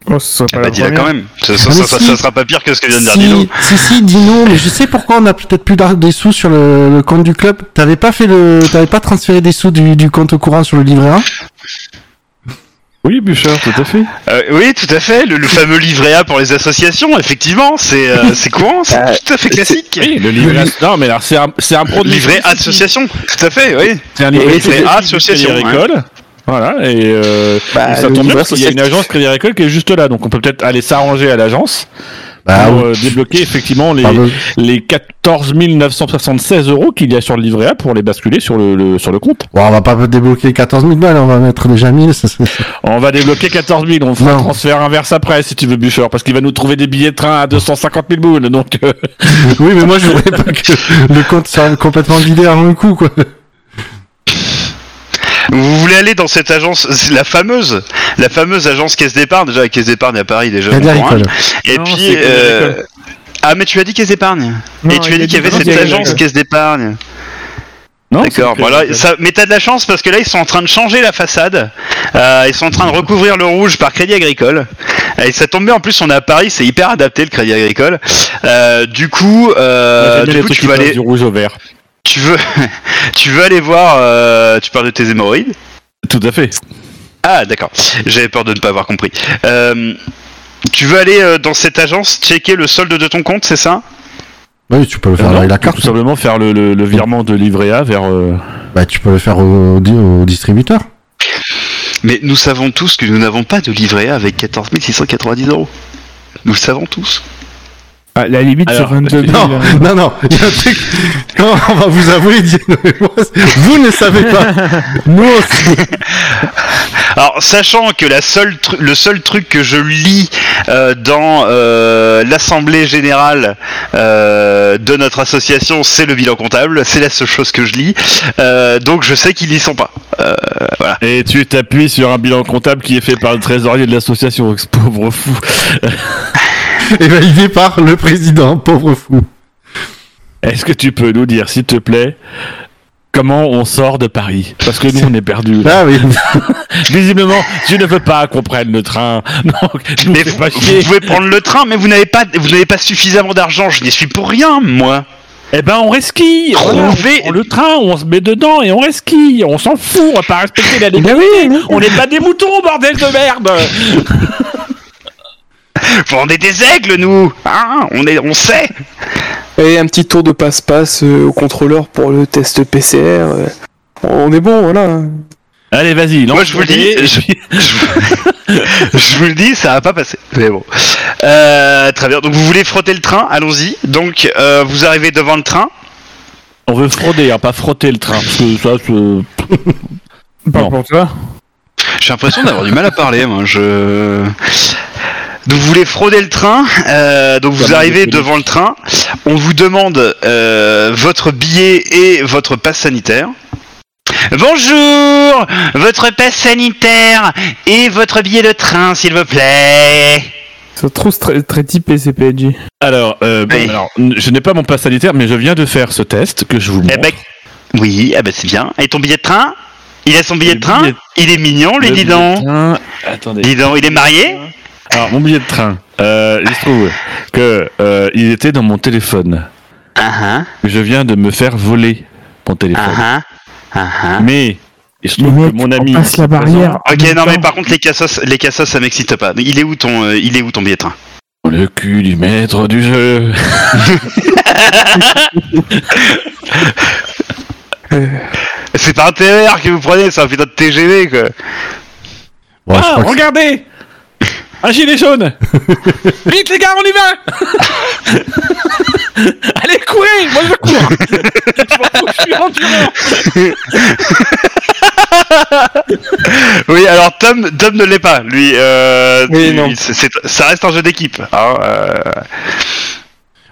D: bon, ce soit
A: Eh
D: pas la
A: ben, dis-la
D: première.
A: quand même. Ça, ça-
B: Ah, mais
A: ça-
B: si.
A: ça sera pas pire que ce que vient de dire Dino.
B: Si, si, si, Dino, mais je sais pourquoi on a peut-être plus d'ar- des sous sur le, le compte du club. T'avais pas fait le, t'avais pas transféré des sous du, du compte courant sur le livret A
C: Oui, Bouchard, tout à fait.
A: Euh, oui, tout à fait. Le, le fameux livret A pour les associations, effectivement, c'est euh, c'est courant, c'est
E: Euh,
A: tout à fait classique.
C: Oui, le livret. A- Non, mais alors c'est un, c'est un produit.
A: Livret A association, tout à fait, oui.
C: C'est un
A: Et
C: livret,
A: livret
C: c'est
A: A
C: A
A: association,
C: association. hein. Voilà, et, euh,
E: Bah,
C: et ça
E: le
C: tombe bien
E: livret
C: parce qu'il y a une
E: associatif.
C: agence Crédit Agricole qui est juste là, donc on peut peut-être aller s'arranger à l'agence
E: Bah,
B: Bah,
C: pour euh, débloquer effectivement les,
B: Pardon.
C: les 14 976 euros qu'il y a sur le livret A pour les basculer sur le, le- sur le compte.
B: Bon, on va pas débloquer 14 000 balles, on va mettre déjà 1000. Ça, ça- ça-
C: On va débloquer 14 000, on fera un
B: Non.
C: transfert inverse après si tu veux Buffer, parce qu'il va nous trouver des billets de train à 250 000 boules, donc euh,
B: Oui, mais moi je voudrais pas que le compte soit complètement vidé à un coup, quoi.
A: Vous voulez aller dans cette agence, c'est la fameuse la fameuse agence Caisse d'Épargne. Déjà, la Caisse d'Épargne à Paris, déjà.
B: Il y a de la
A: on prend un.
B: rigole.
A: Et
D: Non,
A: puis.
D: c'est Caisse
A: euh,
D: agricole.
A: Ah, mais tu as dit Caisse d'Épargne.
D: Non,
A: Et tu as
D: il
A: dit
D: a
A: qu'il y avait
D: non,
A: cette
D: il a dit
A: agence
D: agricole.
A: Caisse d'Épargne.
C: Non,
A: D'accord,
C: c'est une
A: voilà.
C: crème.
A: Ça, mais t'as de la chance parce que là, ils sont en train de changer la façade. Euh, ils sont en train de recouvrir le rouge par Crédit Agricole. Et ça tombe bien, en plus, on est à Paris, c'est hyper adapté le Crédit Agricole. Euh, du coup,
C: J'aime
A: euh,
C: bien
A: du
C: les
A: coup
C: trucs
A: tu
C: qui
A: vas
C: passent
A: aller.
C: du rouge au vert.
A: tu veux, tu veux aller voir, euh, tu parles de tes hémorroïdes
C: Tout à fait.
A: Ah, d'accord. J'avais peur de ne pas avoir compris. Euh, tu veux aller euh, dans cette agence checker le solde de ton compte, c'est ça
B: Oui, tu peux le faire
C: Euh, Non,
B: avec la
C: tu peux
B: carte.
C: Tout simplement faire le, le- le virement de livret A vers. euh,
B: Bah, tu peux le faire au, au- au distributeur.
A: Mais nous savons tous que nous n'avons pas de livret A avec 14 690 euros. Nous le savons tous.
D: Ah, la limite, c'est
C: Alors,
D: 22 000.
B: Non, non, non. Il y a un truc. Comment on va vous avouer Diane et moi, Vous ne savez pas. Nous aussi.
A: Alors, sachant que la seule tru- le seul truc que je lis euh, dans euh, l'assemblée générale euh, de notre association, c'est le bilan comptable. C'est la seule chose que je lis. Euh, donc, je sais qu'ils n'y sont pas. Euh,
C: Et tu t'appuies sur un bilan comptable qui est fait par le trésorier de l'association. Ce Pauvre fou.
B: Et validé par le président, pauvre fou.
C: Est-ce que tu peux nous dire, s'il te plaît, comment on sort de Paris Parce que nous, on est perdus. là.
B: Ah oui.
C: Visiblement, tu ne veux pas qu'on prenne le train. Donc, nous
A: Mais
C: fais
A: vous,
C: pas
A: vous
C: chier.
A: pouvez prendre le train, mais vous n'avez pas, vous n'avez pas suffisamment d'argent. Je n'y suis pour rien, moi.
C: Eh ben, on resquille. Voilà,
A: Trouvez-
C: on prend le train, on se met dedans et on resquille. On s'en fout. On va pas respecter la légalité. On n'est pas des moutons, bordel de merde.
A: Enfin, on est des aigles, nous. Hein on est, on sait.
E: Et un petit tour de passe-passe euh, au contrôleur pour le test PCR. euh. On est bon, voilà.
C: Allez, vas-y.
A: Moi,
C: lance
A: je vous le
C: ton
A: dis,
C: dé.
A: je- je vous- je vous le dis, ça va pas passer. Mais bon. Euh, très bien. Donc vous voulez frotter le train Allons-y. Donc euh, vous arrivez devant le train.
C: On veut frauder, hein, pas frotter le train. Parce que ça, c'est-
D: Pas
C: Non.
D: pour toi.
A: J'ai l'impression d'avoir du mal à parler. Moi, je. Donc vous voulez frauder le train. euh, donc vous
C: Comme
A: arrivez
C: les
A: devant le train. On vous demande euh, votre billet et votre passe sanitaire. Bonjour, votre passe sanitaire et votre billet de train, s'il vous plaît.
D: Ça trouve très, très typé, ces PNJ.
C: Alors, euh, bon,
A: Oui.
C: alors, n- je n'ai pas mon pass sanitaire, mais je viens de faire ce test que je vous montre.
A: Eh ben, oui, eh ben c'est bien. Et ton billet de train Il a son billet
C: Le
A: de train
C: billet-
A: Il est mignon, lui,
C: Le
A: dis
C: billet de
A: donc.
C: train- Attendez.
A: Dis donc, il est marié
C: Alors mon billet de train, euh, il se trouve que euh, il était dans mon téléphone.
A: Ah ah,
C: Je viens de me faire voler mon
A: ah
C: téléphone.
A: ah, ah ah.
C: Mais il se
D: Les
C: trouve que
D: mecs,
C: mon ami
D: on passe la barrière.
A: Ok,
D: en même
A: non mais
D: temps.
A: par contre les cassos, les cassos ça m'excite pas. Il est où ton, euh, il est où ton billet de train
C: Dans le cul du maître du jeu.
A: C'est pas un TER que vous prenez, c'est un putain de TGV quoi.
B: Bon, je
C: ah,
B: crois que-
C: regardez Un gilet jaune Vite les gars, on y va Allez, courez Moi, je cours Je m'en fous, je suis endurant
A: Oui, alors Tom, Tom ne l'est pas, lui. Euh,
E: Oui,
A: lui,
E: non.
A: c'est- c'est- ça reste un jeu d'équipe. hein, euh.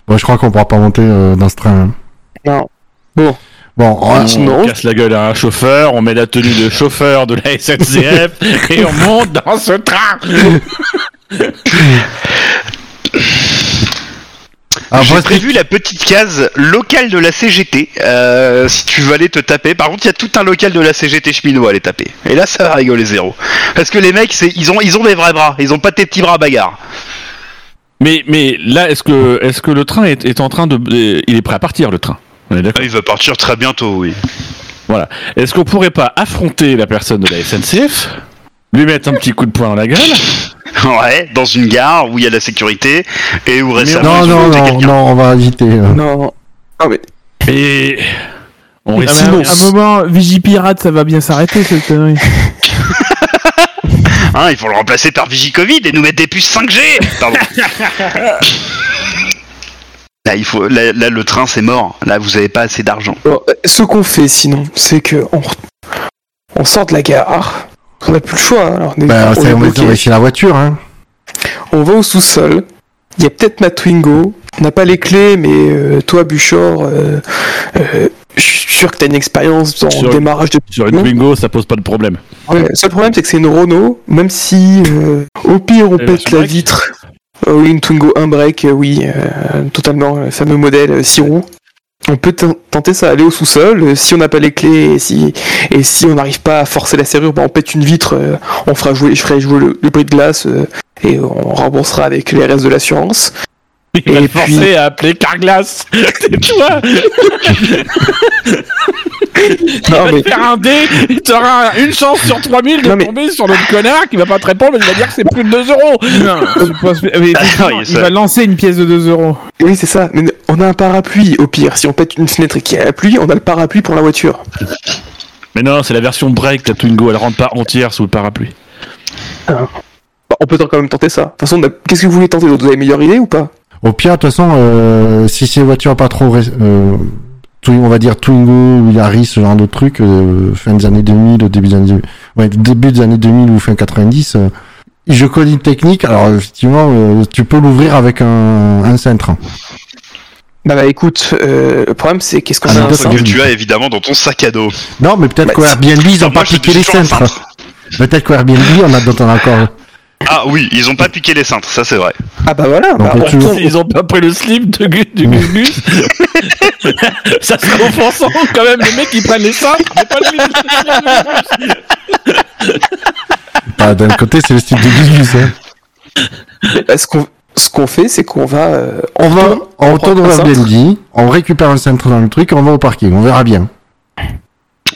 B: bon, je crois qu'on pourra pas monter euh, dans ce train.
E: Non. Ah,
B: Bon, on-
C: On casse la gueule à un chauffeur, on met la tenue de chauffeur de la SNCF et on monte dans ce train
B: ah,
A: J'ai
B: bref,
A: prévu la petite case locale de la CGT, euh, si tu veux aller te taper. Par contre, il y a tout un local de la CGT cheminot à aller taper. Et là, ça va rigoler zéro. Parce que les mecs, c'est- ils ont, ils ont des vrais bras, ils ont pas tes petits bras bagarres.
C: Mais, mais là, est-ce que, est que le train est, est en train de. euh, Il est prêt à partir, le train On est d'accord
A: Il va partir très bientôt, oui.
C: Est-ce qu'on pourrait pas affronter la personne de la SNCF lui mettre un petit coup de poing dans la gueule.
A: Ouais, dans une gare où il y a de la sécurité et où récemment ils
B: non,
A: ont
B: non,
A: monté
B: non,
A: quelqu'un.
B: non, on va éviter. euh.
E: Non. Ah, mais
C: Et on
D: Ah, mais
C: risque.
D: à un moment, Vigipirate, ça va bien s'arrêter, cette connerie.
A: Hein, ils vont le remplacer par Vigicovid et nous mettre des puces 5G. Pardon. là, il faut, là, là, le train, c'est mort. Là, vous avez pas assez d'argent.
E: Bon, euh, ce qu'on fait sinon, c'est que on, on sort de la gare. On n'a plus le choix. hein, alors on, est-
B: Bah,
E: on
B: ça y
E: est
B: est, on va
E: bloqué.
B: vérifier la voiture, hein.
E: On va au sous-sol. Il y a peut-être ma Twingo. On n'a pas les clés, mais euh, toi, Buchor, euh, euh, je suis sûr que t'as une expérience en
C: Sur-
E: démarrage de.
C: Sur une Twingo, ça pose pas de problème.
E: Ouais, le seul problème, c'est que c'est une Renault, même si euh, au pire on
C: Elle est
E: pète
C: sur
E: la
C: break
E: vitre. Euh, oui, une Twingo 1 break, euh, oui, euh, totalement, le fameux modèle 6 roues. On peut ten- tenter ça, aller au sous-sol. euh, Si on n'a pas les clés et si, et si on n'arrive pas à forcer la serrure, bah, on pète une vitre, euh, on fera jouer, je ferai jouer le, le bris de glace euh, et on remboursera avec les restes de l'assurance.
C: Il va
E: Et
C: te forcer
E: puis-
C: à appeler Carglass. tu vois Il
E: Non,
C: va
E: mais-
C: te faire un dé, il t'aura une chance sur 3000 de
E: Non, mais-
C: tomber sur l'autre connard qui va pas te répondre, mais il va dire que c'est plus de 2 euros.
D: Non, je pense- mais
B: Ah,
D: effectivement,
A: oui,
D: il
A: ça-
D: va lancer une pièce de 2 euros.
E: Et oui, c'est ça, mais on a un parapluie au pire. Si on pète une fenêtre et qu'il y a la pluie, on a le parapluie pour la voiture.
C: Mais non, c'est la version break, ta Twingo, elle rentre pas entière sous le parapluie.
E: Bah, on peut quand même tenter ça. De toute façon, on a- qu'est-ce que vous voulez tenter d'autre Vous avez une meilleure idée ou pas
B: Au pire, de toute façon, euh, si c'est voiture pas trop, res- euh, Twi- on va dire Twingo ou Yaris, ce genre de truc, euh, fin des années 2000, au début des années, ouais, début des années 2000 ou fin 90, euh, je connais une technique. Alors effectivement, euh, tu peux l'ouvrir avec un, un cintre.
E: Bah, bah, écoute, euh, le problème c'est qu'est-ce qu'on
B: Ah,
E: a
B: mais
E: un
B: de
A: Ce
E: sac-
B: ça.
A: que tu as évidemment dans ton sac à dos.
B: Non, mais peut-être
E: Bah,
B: qu'au
E: si-
B: Airbnb, ils ont
A: Moi,
B: pas
A: je
B: piqué
A: suis
B: les
A: toujours
B: cintres.
A: cintre.
B: Peut-être qu'au Airbnb, on a d'autres encore.
A: Ah oui, ils ont pas piqué les cintres, ça c'est vrai.
E: Ah bah voilà,
B: On
E: bah,
B: peut
E: on
B: toujours-
E: tombe-
C: Ils ont pas pris le slip de Gu- du Gus Gus. Ça serait offensant quand même, les mecs qui prennent les cintres, mais pas le slip.
B: Bah, D'un côté, c'est le style de Gus Gus, hein.
E: bah, ce qu'on ce qu'on fait, c'est qu'on va euh,
B: On va, on
E: prend
B: retourne au
E: un cintre.
B: Airbnb, on récupère un cintre dans le truc, on va au parking, on verra bien.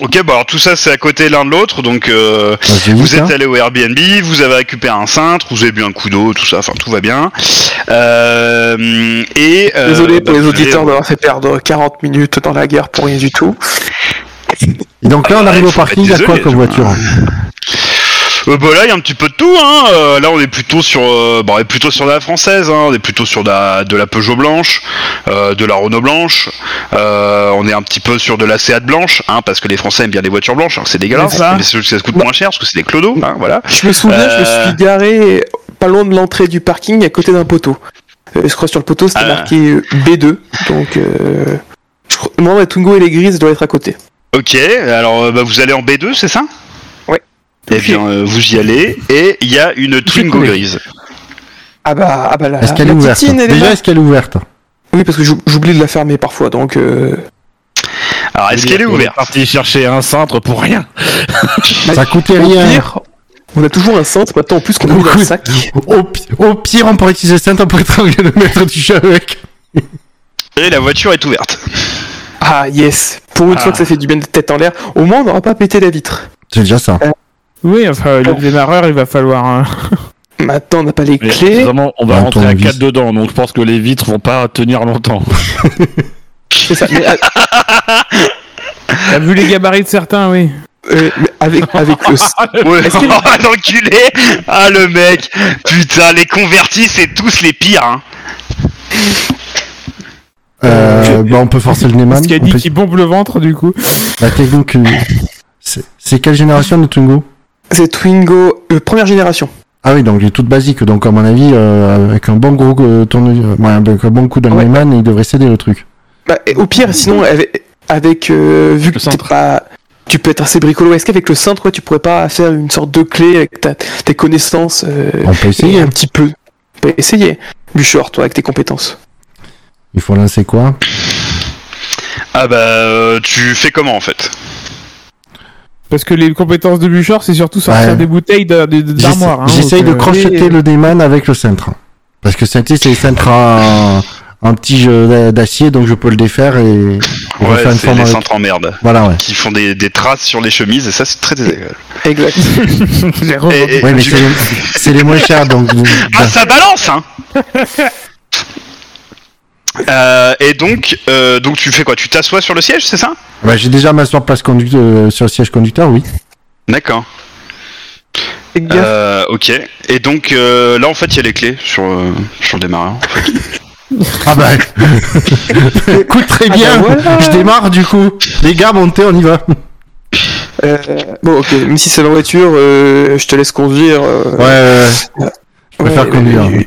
A: Ok, bah alors tout ça c'est à côté l'un de l'autre, donc euh,
B: Bah, c'est vite,
A: vous
B: hein.
A: êtes allé au Airbnb, vous avez récupéré un cintre, vous avez bu un coup d'eau, tout ça, enfin tout va bien. Euh, et euh,
E: désolé
A: bah,
E: pour les
A: vous avez-
E: auditeurs d'avoir fait perdre 40 minutes dans la guerre pour rien du tout.
B: Et donc là,
A: Ah
B: on
A: bah,
B: arrive
A: il
B: au
A: faut
B: parking, il y a
A: être
B: quoi
A: désolé,
B: comme
A: tu vois.
B: voiture
A: Euh, bah là, il y a un petit peu de tout. Hein. Euh, là, on est plutôt sur, euh, bah, on est plutôt sur de la française. Hein. On est plutôt sur de la, de la Peugeot blanche, euh, de la Renault blanche. Euh, on est un petit peu sur de la Seat blanche, hein, parce que les Français aiment bien les voitures blanches. Alors c'est dégueulasse,
D: C'est ça. Bah.
A: mais c'est juste que ça coûte moins cher parce que c'est des clodos. Hein, voilà.
E: Je me souviens,
A: Euh.
E: je me suis garé pas loin de l'entrée du parking à côté d'un poteau. Euh, je crois sur le poteau, c'était
A: Ah.
E: marqué euh, B2, donc euh, je crois- non, la Tungo et les grises doivent être à côté.
A: Ok. Alors, euh, bah, vous allez en B2, c'est ça
E: Ouais.
A: Eh bien, euh, vous y allez et il y a une Twingo
D: connais.
A: grise.
E: Ah bah ah bah là.
B: Est-ce qu'elle est ouverte Déjà, est-ce qu'elle est ouverte
E: Oui, parce que j'ou- j'oublie de la fermer parfois, donc. euh,
A: Alors, est-ce qu'elle est
C: On est
A: ouverte
C: parti chercher un cintre pour rien.
B: Ça coûtait
E: au
B: rien.
E: pire, on a toujours un centre maintenant en plus qu'on a mis dans le sac.
B: Au, pi- au pire, on pourrait utiliser le cintre, on pourrait travailler le maître du jeu avec.
A: Et la voiture est ouverte.
E: Ah yes, pour une
C: Ah.
E: fois que ça fait du bien de tête en l'air, au moins on n'aura pas pété la vitre.
B: C'est déjà ça.
D: Oui, enfin, le démarreur, il va falloir. hein.
E: Maintenant on n'a pas les
C: Mais
E: clés.
C: vraiment, Bah, on va
B: Un
C: rentrer à
B: tournevis.
C: 4 dedans, donc je pense que les vitres vont pas tenir longtemps.
E: C'est ça. Mais, euh, a-
D: T'as vu les gabarits de certains, oui.
E: euh, mais avec, avec euh, le.
A: Ouais.
E: Est-ce qu'il-
A: Ah, l'enculé Ah, le mec Putain, les convertis, c'est tous les pires, hein
B: Euh, bah, on peut forcer le Neyman.
D: Ce qui a
B: on
D: dit
B: peut-
D: qui bombe le ventre, du coup.
B: La technique. euh, c'est- C'est quelle génération de Tungo
E: C'est Twingo, euh, première génération.
B: Ah oui, donc il est toute basique. Donc, à mon avis, euh, avec un bon gros euh, tourne- euh, ouais, avec un bon coup d'un
E: Ouais.
B: Neyman, il devrait céder le truc.
E: Bah, et au pire, sinon, avec. avec, euh, vu que
C: Le
E: t'es
C: cintre.
E: pas. Tu peux être assez bricolo. Est-ce qu'avec le cintre, ouais, tu pourrais pas faire une sorte de clé avec ta- tes connaissances euh,
B: On peut
E: et
B: essayer.
E: un petit peu Bah, On peut essayer. Bouchard, toi, avec tes compétences.
B: Il faut lancer quoi
A: Ah bah euh, tu fais comment en fait
D: Parce que les compétences de Bouchard, c'est surtout sortir
B: Ouais.
D: des bouteilles de- de- de-
B: J'essa-
D: d'armoire. hein,
B: J'essaye
D: donc,
B: de
D: euh,
B: crocheter le Neyman avec le cintre. hein. Parce que c'est tu sais, c'est le cintre en, en petit jeu d'a- d'acier, donc je peux le défaire et et
A: Ouais,
B: refaire une
A: c'est
B: forme
A: les
B: avec.
A: cintres en merde
B: Voilà, ouais.
A: qui font des, des traces sur les chemises et ça c'est très désagréable.
E: Exact.
D: les revends.
A: Et- et
B: Ouais, mais
A: tu-
B: c'est les, c'est les moins chers, donc. euh, bah,
A: Ah ça balance hein Euh, et donc, euh, donc tu fais quoi Tu t'assois sur le siège, c'est ça
B: Bah, j'ai déjà ma soeur place conducteur, euh, sur le siège conducteur, oui.
A: D'accord.
E: Fais gaffe.
A: Euh, ok. Et donc euh, là, en fait, il y a les clés sur euh, sur le démarreur.
B: Ah bah. Écoute, très bien.
E: Ah bah voilà.
B: Je démarre, du coup. Les gars, montez, on y va.
E: Euh, bon, ok, même si c'est la voiture, euh, je te laisse conduire. euh,
B: Ouais, ouais, ouais. Je préfère
E: Ouais,
B: conduire.
E: euh,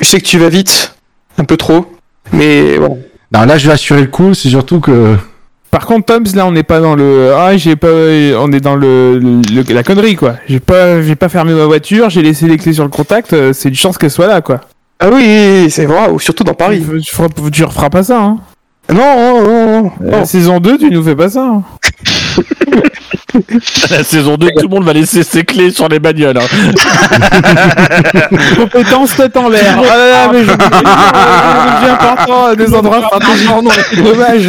E: Je sais que tu vas vite, un peu trop, mais bon.
B: Non, là, je vais assurer le coup, c'est surtout que.
D: Par contre, Tom's, là, on n'est pas dans le. Ah, j'ai pas. On est dans le, le- la connerie, quoi. J'ai pas, j'ai pas fermé ma voiture, j'ai laissé les clés sur le contact, euh, c'est une chance qu'elle soit là, quoi.
E: Ah oui, oui, oui, c'est vrai, ou surtout dans Paris.
D: Tu, feras- tu referas pas ça, hein.
E: Non, non, non, non.
D: La saison 2, tu nous fais pas ça. hein.
C: La saison 2, tout le monde va laisser ses clés sur les bagnoles. hein.
D: Compétence tête en l'air. Ah là là, mais je suis important à des endroits stratégiques. C'est dommage.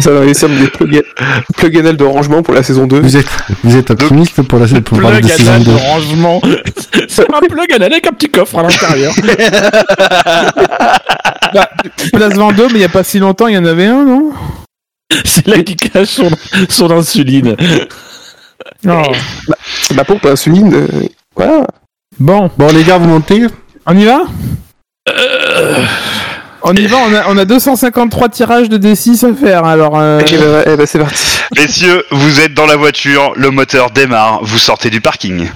E: Ça va laisser des plug plug de rangement pour la saison 2.
B: Vous êtes, vous êtes optimiste pour, la, pour parler de
C: Plug
B: saison
C: anal
B: 2.
C: de rangement. C'est un plug anal avec un petit coffre à l'intérieur.
D: Bah, Place Vendôme, il y a pas si longtemps, il y en avait un, non
C: C'est là qu'il cache son, son insuline.
D: Non.
E: C'est ma pompe à insuline. euh, Voilà.
D: Bon,
B: Bon, les gars, vous montez
D: on y va
C: Euh.
D: On y va, on a, on a 253 tirages de D6 à faire, alors... euh,
E: Ok, bah, eh bah, c'est parti.
A: Messieurs, vous êtes dans la voiture, le moteur démarre, vous sortez du parking.